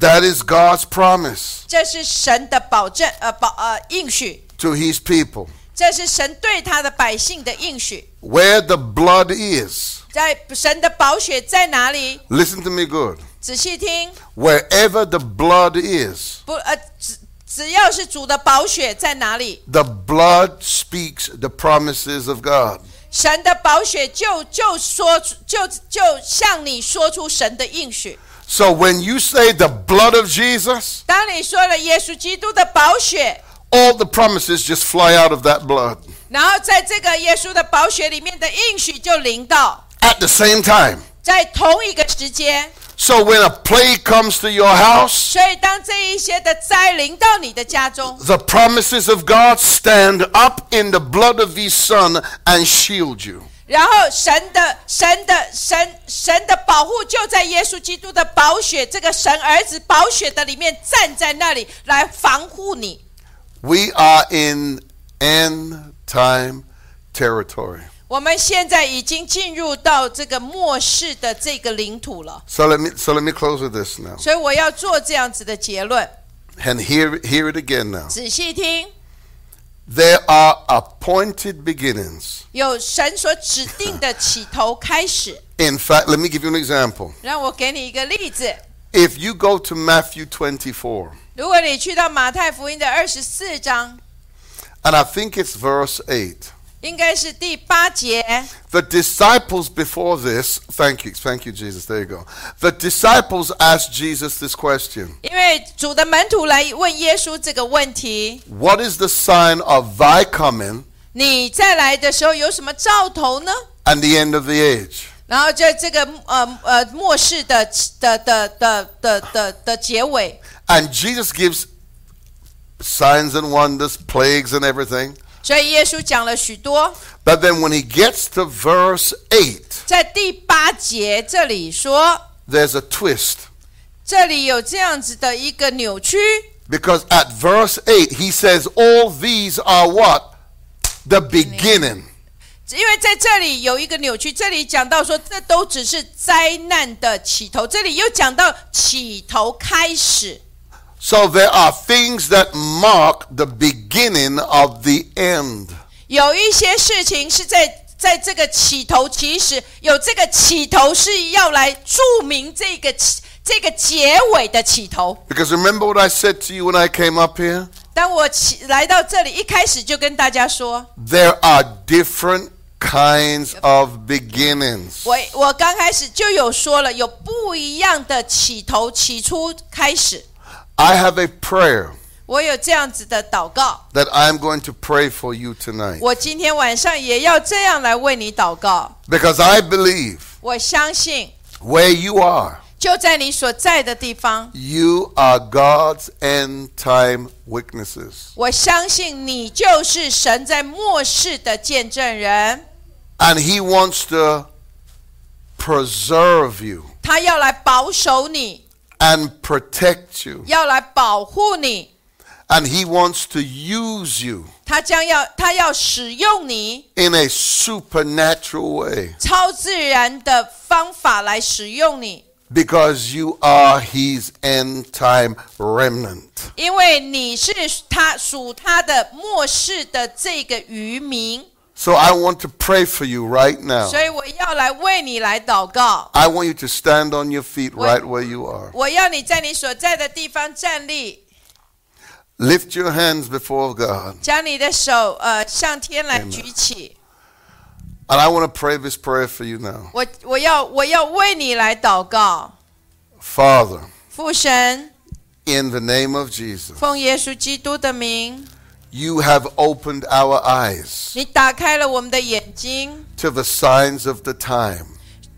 Speaker 1: That is God's promise
Speaker 2: 这是神的保证呃保呃应许，
Speaker 1: to His people.
Speaker 2: 这是神对他的百姓的应许。
Speaker 1: Where the blood is,
Speaker 2: 在神的宝血在哪里？
Speaker 1: listen to me good.
Speaker 2: 仔细听，
Speaker 1: Wherever the blood is,
Speaker 2: 不呃只只要是主的宝血在哪里，
Speaker 1: the blood speaks the promises of God.
Speaker 2: 神的宝血就就说出就就向你说出神的应许。
Speaker 1: So when you say the blood of Jesus,
Speaker 2: 当你说了耶稣基督的宝血，
Speaker 1: all the promises just fly out of that blood
Speaker 2: 然后在这个耶稣的宝血里面的应许就临到，
Speaker 1: at the same time.
Speaker 2: 在同一个时间。
Speaker 1: So when a plague comes to your house,
Speaker 2: 所以当这一些的灾临到你的家中，
Speaker 1: the promises of God stand up in the blood of His Son and shield you.
Speaker 2: 然后神的神的神神的保护就在耶稣基督的宝血这个神儿子宝血的里面站在那里来防护你。
Speaker 1: We are in end time territory.
Speaker 2: 我们现在已经进入到这个末世的这个领土了，
Speaker 1: So let me so let me close with this now.
Speaker 2: 所以我要做这样子的结论。
Speaker 1: And hear hear it again now.
Speaker 2: 仔细听，
Speaker 1: There are appointed beginnings.
Speaker 2: 有神所指定的起头开始。
Speaker 1: In fact, let me give you an example.
Speaker 2: 让我给你一个例子，
Speaker 1: If you go to Matthew 24,
Speaker 2: 如果你去到马太福音的二十四章，
Speaker 1: and I think it's verse 8.
Speaker 2: 应该是第八节。
Speaker 1: The disciples before this, thank you, thank you, Jesus. There you go. The disciples asked Jesus this question
Speaker 2: 因为主的门徒来问耶稣这个问题：
Speaker 1: What is the sign of thy coming
Speaker 2: 你再来的时候有什么兆头呢？
Speaker 1: and the end of the age.
Speaker 2: 然后在这个呃呃末世的的的的的的的结尾，
Speaker 1: And Jesus gives signs and wonders, plagues and everything.
Speaker 2: 所以耶稣讲了许多，
Speaker 1: But then when he gets to verse 8,
Speaker 2: 在第八节这里说，
Speaker 1: there's a twist.
Speaker 2: 这里有这样子的一个扭曲，
Speaker 1: Because at verse 8, he says, All these are what? The beginning.
Speaker 2: 因为在这里有一个扭曲，这里讲到说这都只是灾难的起头，这里又讲到起头开始，
Speaker 1: So there are things that mark the beginning of the end.
Speaker 2: 有一些事情是在。在这个起头，其实有这个起头是要来注明这个起这个结尾的起头。
Speaker 1: Because remember what I said to you when I came up here?
Speaker 2: 当我起来到这里，一开始就跟大家说，
Speaker 1: There are different kinds of beginnings.
Speaker 2: 我我刚开始就有说了，有不一样的起头、起初开始。
Speaker 1: I have a prayer
Speaker 2: 我有这样子的祷告，
Speaker 1: that I'm going to pray for you tonight.
Speaker 2: 我今天晚上也要这样来为你祷告。
Speaker 1: Because I believe
Speaker 2: 我相信，
Speaker 1: where you are,
Speaker 2: 就在你所在的地方，
Speaker 1: you are God's end time witnesses.
Speaker 2: 我相信你就是神在末世的见证人，
Speaker 1: And He wants to preserve you
Speaker 2: 他要来保守你，
Speaker 1: and protect you.
Speaker 2: 要来保护你，
Speaker 1: And He wants to use you
Speaker 2: 他将要他要使用你。
Speaker 1: in a supernatural way
Speaker 2: 超自然的方法来使用你，
Speaker 1: because you are His end time remnant.
Speaker 2: 因为你是他属他的末世的这个渔民，
Speaker 1: So I want to pray for you right now.
Speaker 2: 所以我要来为你来祷告。
Speaker 1: I want you to stand on your feet
Speaker 2: Wait.
Speaker 1: right where you are.
Speaker 2: 我要你在你所在的地方站立，
Speaker 1: Lift your hands before God.
Speaker 2: 将你的手呃向天来
Speaker 1: Amen
Speaker 2: 举起。
Speaker 1: And I want to pray this prayer for you now.
Speaker 2: 我我要我要为你来祷告，
Speaker 1: Father,
Speaker 2: 父神，
Speaker 1: in the name of Jesus,
Speaker 2: 奉耶稣基督的名，
Speaker 1: you have opened our eyes
Speaker 2: 你打开了我们的眼睛，
Speaker 1: to the signs of the time.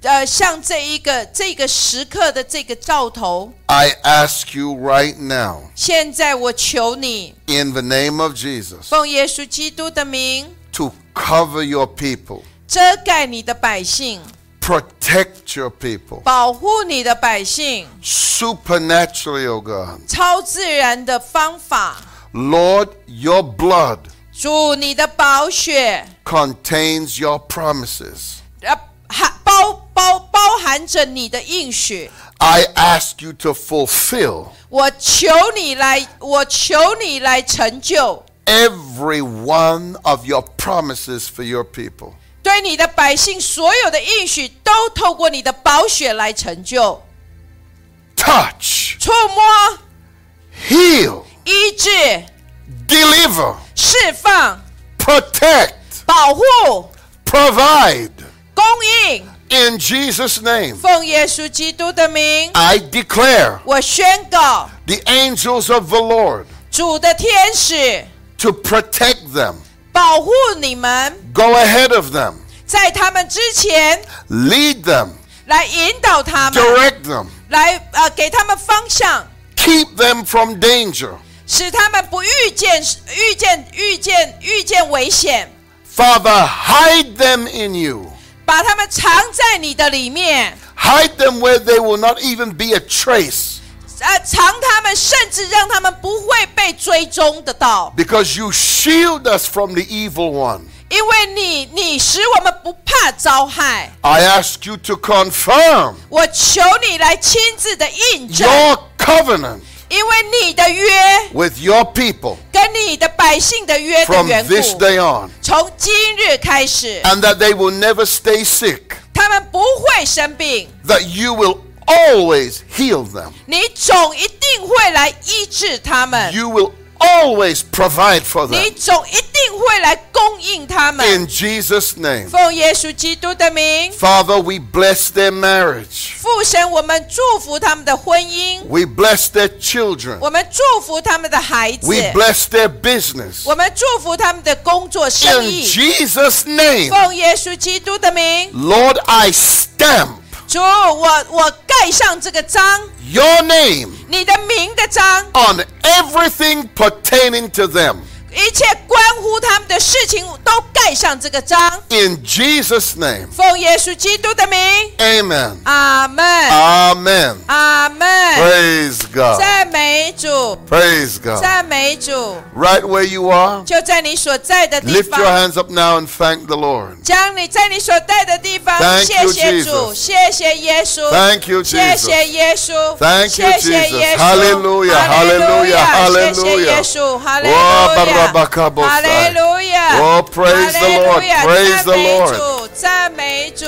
Speaker 2: 呃，向这一个这个时刻的这个兆头。
Speaker 1: I ask you right now,
Speaker 2: 现在我求你，
Speaker 1: in the name of Jesus,
Speaker 2: 奉耶稣基督的名，
Speaker 1: to cover your people,
Speaker 2: 遮盖你的百姓，
Speaker 1: protect your people,
Speaker 2: 保护你的百姓，
Speaker 1: supernaturally, O God.
Speaker 2: 超自然的方法。
Speaker 1: Lord, your blood
Speaker 2: 主，你的宝血，
Speaker 1: contains your promises.
Speaker 2: 呃，含包包包含着你的应许。
Speaker 1: I ask you to fulfill
Speaker 2: 我求你来，我求你来成就，
Speaker 1: every one of your promises for your people.
Speaker 2: 对你的百姓所有的应许都透过你的宝血来成就。
Speaker 1: Touch,
Speaker 2: 触摸、
Speaker 1: heal,
Speaker 2: 医治、
Speaker 1: deliver,
Speaker 2: 释放、
Speaker 1: protect,
Speaker 2: 保护、
Speaker 1: provide.
Speaker 2: 供应。
Speaker 1: In Jesus' name,
Speaker 2: 奉耶稣基督的名，
Speaker 1: I declare
Speaker 2: 我宣告，
Speaker 1: the angels of the Lord
Speaker 2: 主的天使
Speaker 1: to protect them,
Speaker 2: 保护你们，
Speaker 1: go ahead of them,
Speaker 2: 在他们之前
Speaker 1: lead them,
Speaker 2: 来引导他们，
Speaker 1: direct them,
Speaker 2: 来呃给他们方向，
Speaker 1: keep them from danger.
Speaker 2: 使他们不遇见遇见遇见遇见危险，
Speaker 1: Father, hide them in you.
Speaker 2: 把他们藏在你的里面，
Speaker 1: Hide them where they will not even be a trace
Speaker 2: 呃，藏他们，甚至让他们不会被追踪得到，
Speaker 1: because you shield us from the evil one.
Speaker 2: 因为你你使我们不怕遭害。
Speaker 1: I ask you to confirm
Speaker 2: 我求你来亲自的印证。
Speaker 1: your covenant
Speaker 2: 因为你的约
Speaker 1: with your people
Speaker 2: 跟你的百姓的约的
Speaker 1: from
Speaker 2: 缘
Speaker 1: this
Speaker 2: 故，
Speaker 1: day on,
Speaker 2: 从今日开始，
Speaker 1: and that they will never stay sick,
Speaker 2: 他们不会生病，
Speaker 1: that you will always heal them,
Speaker 2: 你总一定会来医治他们，
Speaker 1: you will always provide for
Speaker 2: 你
Speaker 1: them.
Speaker 2: 总一定会来供应他们。
Speaker 1: In Jesus' name.
Speaker 2: 奉耶稣基督的名，
Speaker 1: Father, we bless their marriage.
Speaker 2: 父神，我们祝福他们的婚姻，
Speaker 1: We bless their children.
Speaker 2: 我们祝福他们的孩子，
Speaker 1: We bless their business.
Speaker 2: 我们祝福他们的工作生
Speaker 1: In
Speaker 2: 意。
Speaker 1: Jesus' name.
Speaker 2: 奉耶稣基督的名，
Speaker 1: Lord, I stamp
Speaker 2: 主，我我盖上这个章，
Speaker 1: your name
Speaker 2: 你的名的章，
Speaker 1: on everything pertaining to them.
Speaker 2: 一切关乎他们的事情都盖上这个章。
Speaker 1: In Jesus' name.
Speaker 2: 奉耶稣基督的名，
Speaker 1: Amen.
Speaker 2: 阿门，
Speaker 1: Amen.
Speaker 2: 阿门，
Speaker 1: Praise God.
Speaker 2: 赞美主，
Speaker 1: Praise God.
Speaker 2: 赞美主，
Speaker 1: Right where you are,
Speaker 2: 就在你所在的地
Speaker 1: lift your
Speaker 2: 方。
Speaker 1: hands up now and thank the Lord.
Speaker 2: 将你在你所在的地方，
Speaker 1: Thank
Speaker 2: 谢
Speaker 1: you,
Speaker 2: 谢主，
Speaker 1: Jesus.
Speaker 2: 谢谢耶稣
Speaker 1: Thank you,
Speaker 2: 谢
Speaker 1: Jesus.
Speaker 2: 谢耶稣
Speaker 1: Thank you,
Speaker 2: 谢谢
Speaker 1: Jesus.
Speaker 2: 耶稣，
Speaker 1: Hallelujah,
Speaker 2: 哈利
Speaker 1: hallelujah,
Speaker 2: 谢谢
Speaker 1: hallelujah.
Speaker 2: 耶稣，哈利路
Speaker 1: Oh,
Speaker 2: 亚，
Speaker 1: Barabakabosai.
Speaker 2: 哈利路亚，
Speaker 1: Oh, praise the Lord,
Speaker 2: 哈利路亚
Speaker 1: praise the Lord.
Speaker 2: 赞美主，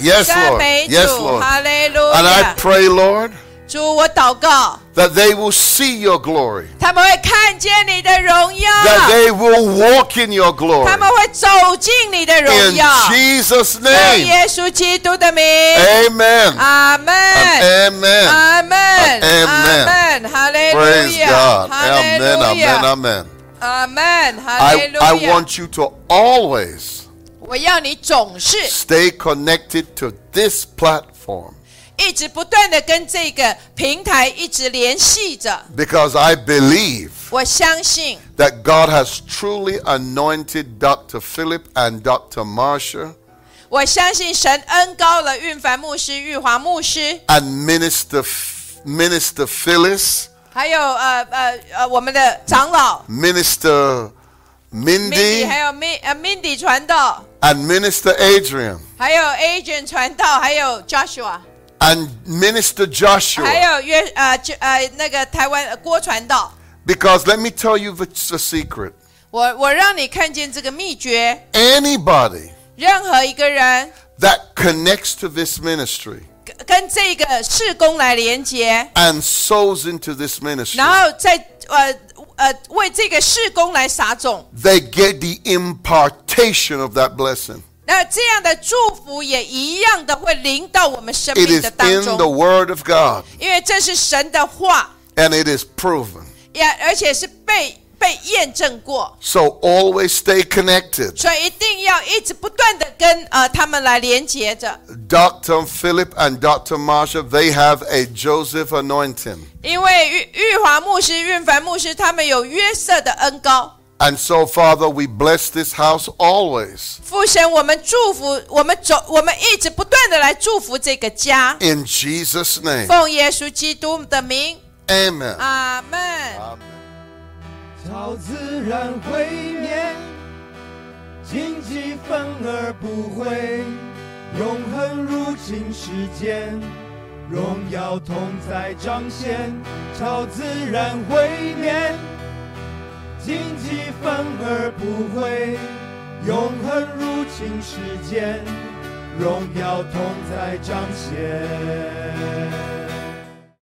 Speaker 1: Yes,
Speaker 2: 赞
Speaker 1: Lord.
Speaker 2: 美主，
Speaker 1: Yes,
Speaker 2: 赞美主，
Speaker 1: Lord.
Speaker 2: 哈利路
Speaker 1: And I
Speaker 2: 亚，
Speaker 1: pray, Lord,
Speaker 2: 主，我祷告，
Speaker 1: that they will see your glory,
Speaker 2: 他们会看见你的荣耀，
Speaker 1: that they will walk in your glory.
Speaker 2: 他们会走进你的荣
Speaker 1: In
Speaker 2: 耀，
Speaker 1: Jesus'
Speaker 2: 奉
Speaker 1: name.
Speaker 2: 耶稣基督的名，
Speaker 1: Amen.
Speaker 2: 阿门。
Speaker 1: And Amen.
Speaker 2: Amen.
Speaker 1: Amen.
Speaker 2: Amen. Hallelujah.
Speaker 1: Praise God. Amen.
Speaker 2: Hallelujah.
Speaker 1: Amen. Amen.
Speaker 2: Amen.
Speaker 1: I,
Speaker 2: Hallelujah.
Speaker 1: I want you to always
Speaker 2: 我要你总是
Speaker 1: stay connected to this platform
Speaker 2: 一直不断的跟这个平台一直联系着。
Speaker 1: because I believe
Speaker 2: 我相信
Speaker 1: that God has truly anointed Dr. Philip and Dr. Marsha
Speaker 2: 我相信神恩高了运凡牧师、玉华牧师，
Speaker 1: and Minister, F- Minister Phyllis.
Speaker 2: 还有呃呃呃我们的长老
Speaker 1: Minister Mindy
Speaker 2: Mindy，还有 Min 呃 Mindy 传道，
Speaker 1: and Minister Adrian
Speaker 2: 还有 Agent 传道，还有 Joshua，
Speaker 1: and Minister
Speaker 2: 还
Speaker 1: Joshua.
Speaker 2: 有约呃就呃那个台湾呃郭传道。
Speaker 1: Because let me tell you the, the secret
Speaker 2: 我我让你看见这个秘诀，
Speaker 1: anybody
Speaker 2: 任何一个人
Speaker 1: that connects to this ministry
Speaker 2: 跟跟这个事工来连接，
Speaker 1: and sows into this ministry,
Speaker 2: 然后再呃呃为这个事工来撒种，
Speaker 1: they get the impartation of that blessing.
Speaker 2: 那这样的祝福也一样的会临到我们生
Speaker 1: It
Speaker 2: 命
Speaker 1: is
Speaker 2: 的当
Speaker 1: in the
Speaker 2: 中，
Speaker 1: Word of God
Speaker 2: 因为这是神的话，
Speaker 1: and it is proven.
Speaker 2: 也而且是被被验证过，
Speaker 1: So always stay connected.
Speaker 2: 所以一定要一直不断的跟呃他们来连接着，
Speaker 1: Dr. Philip and Dr. Marsha, they have a Joseph anointing.
Speaker 2: 因为玉玉华牧师、运凡牧师他们有约瑟的恩高。
Speaker 1: And so, Father, we bless this house always
Speaker 2: 父神，我们祝福，我们走，我们一直不断的来祝福这个家。
Speaker 1: in Jesus' name.
Speaker 2: 奉耶稣基督的名，
Speaker 1: Amen.
Speaker 2: 阿门。
Speaker 1: Amen.
Speaker 4: 超自然毁灭，荆棘反而不会，永恒入侵世间，荣耀同在彰显，超自然毁灭，荆棘反而不会，永恒入侵世间，荣耀同在彰显。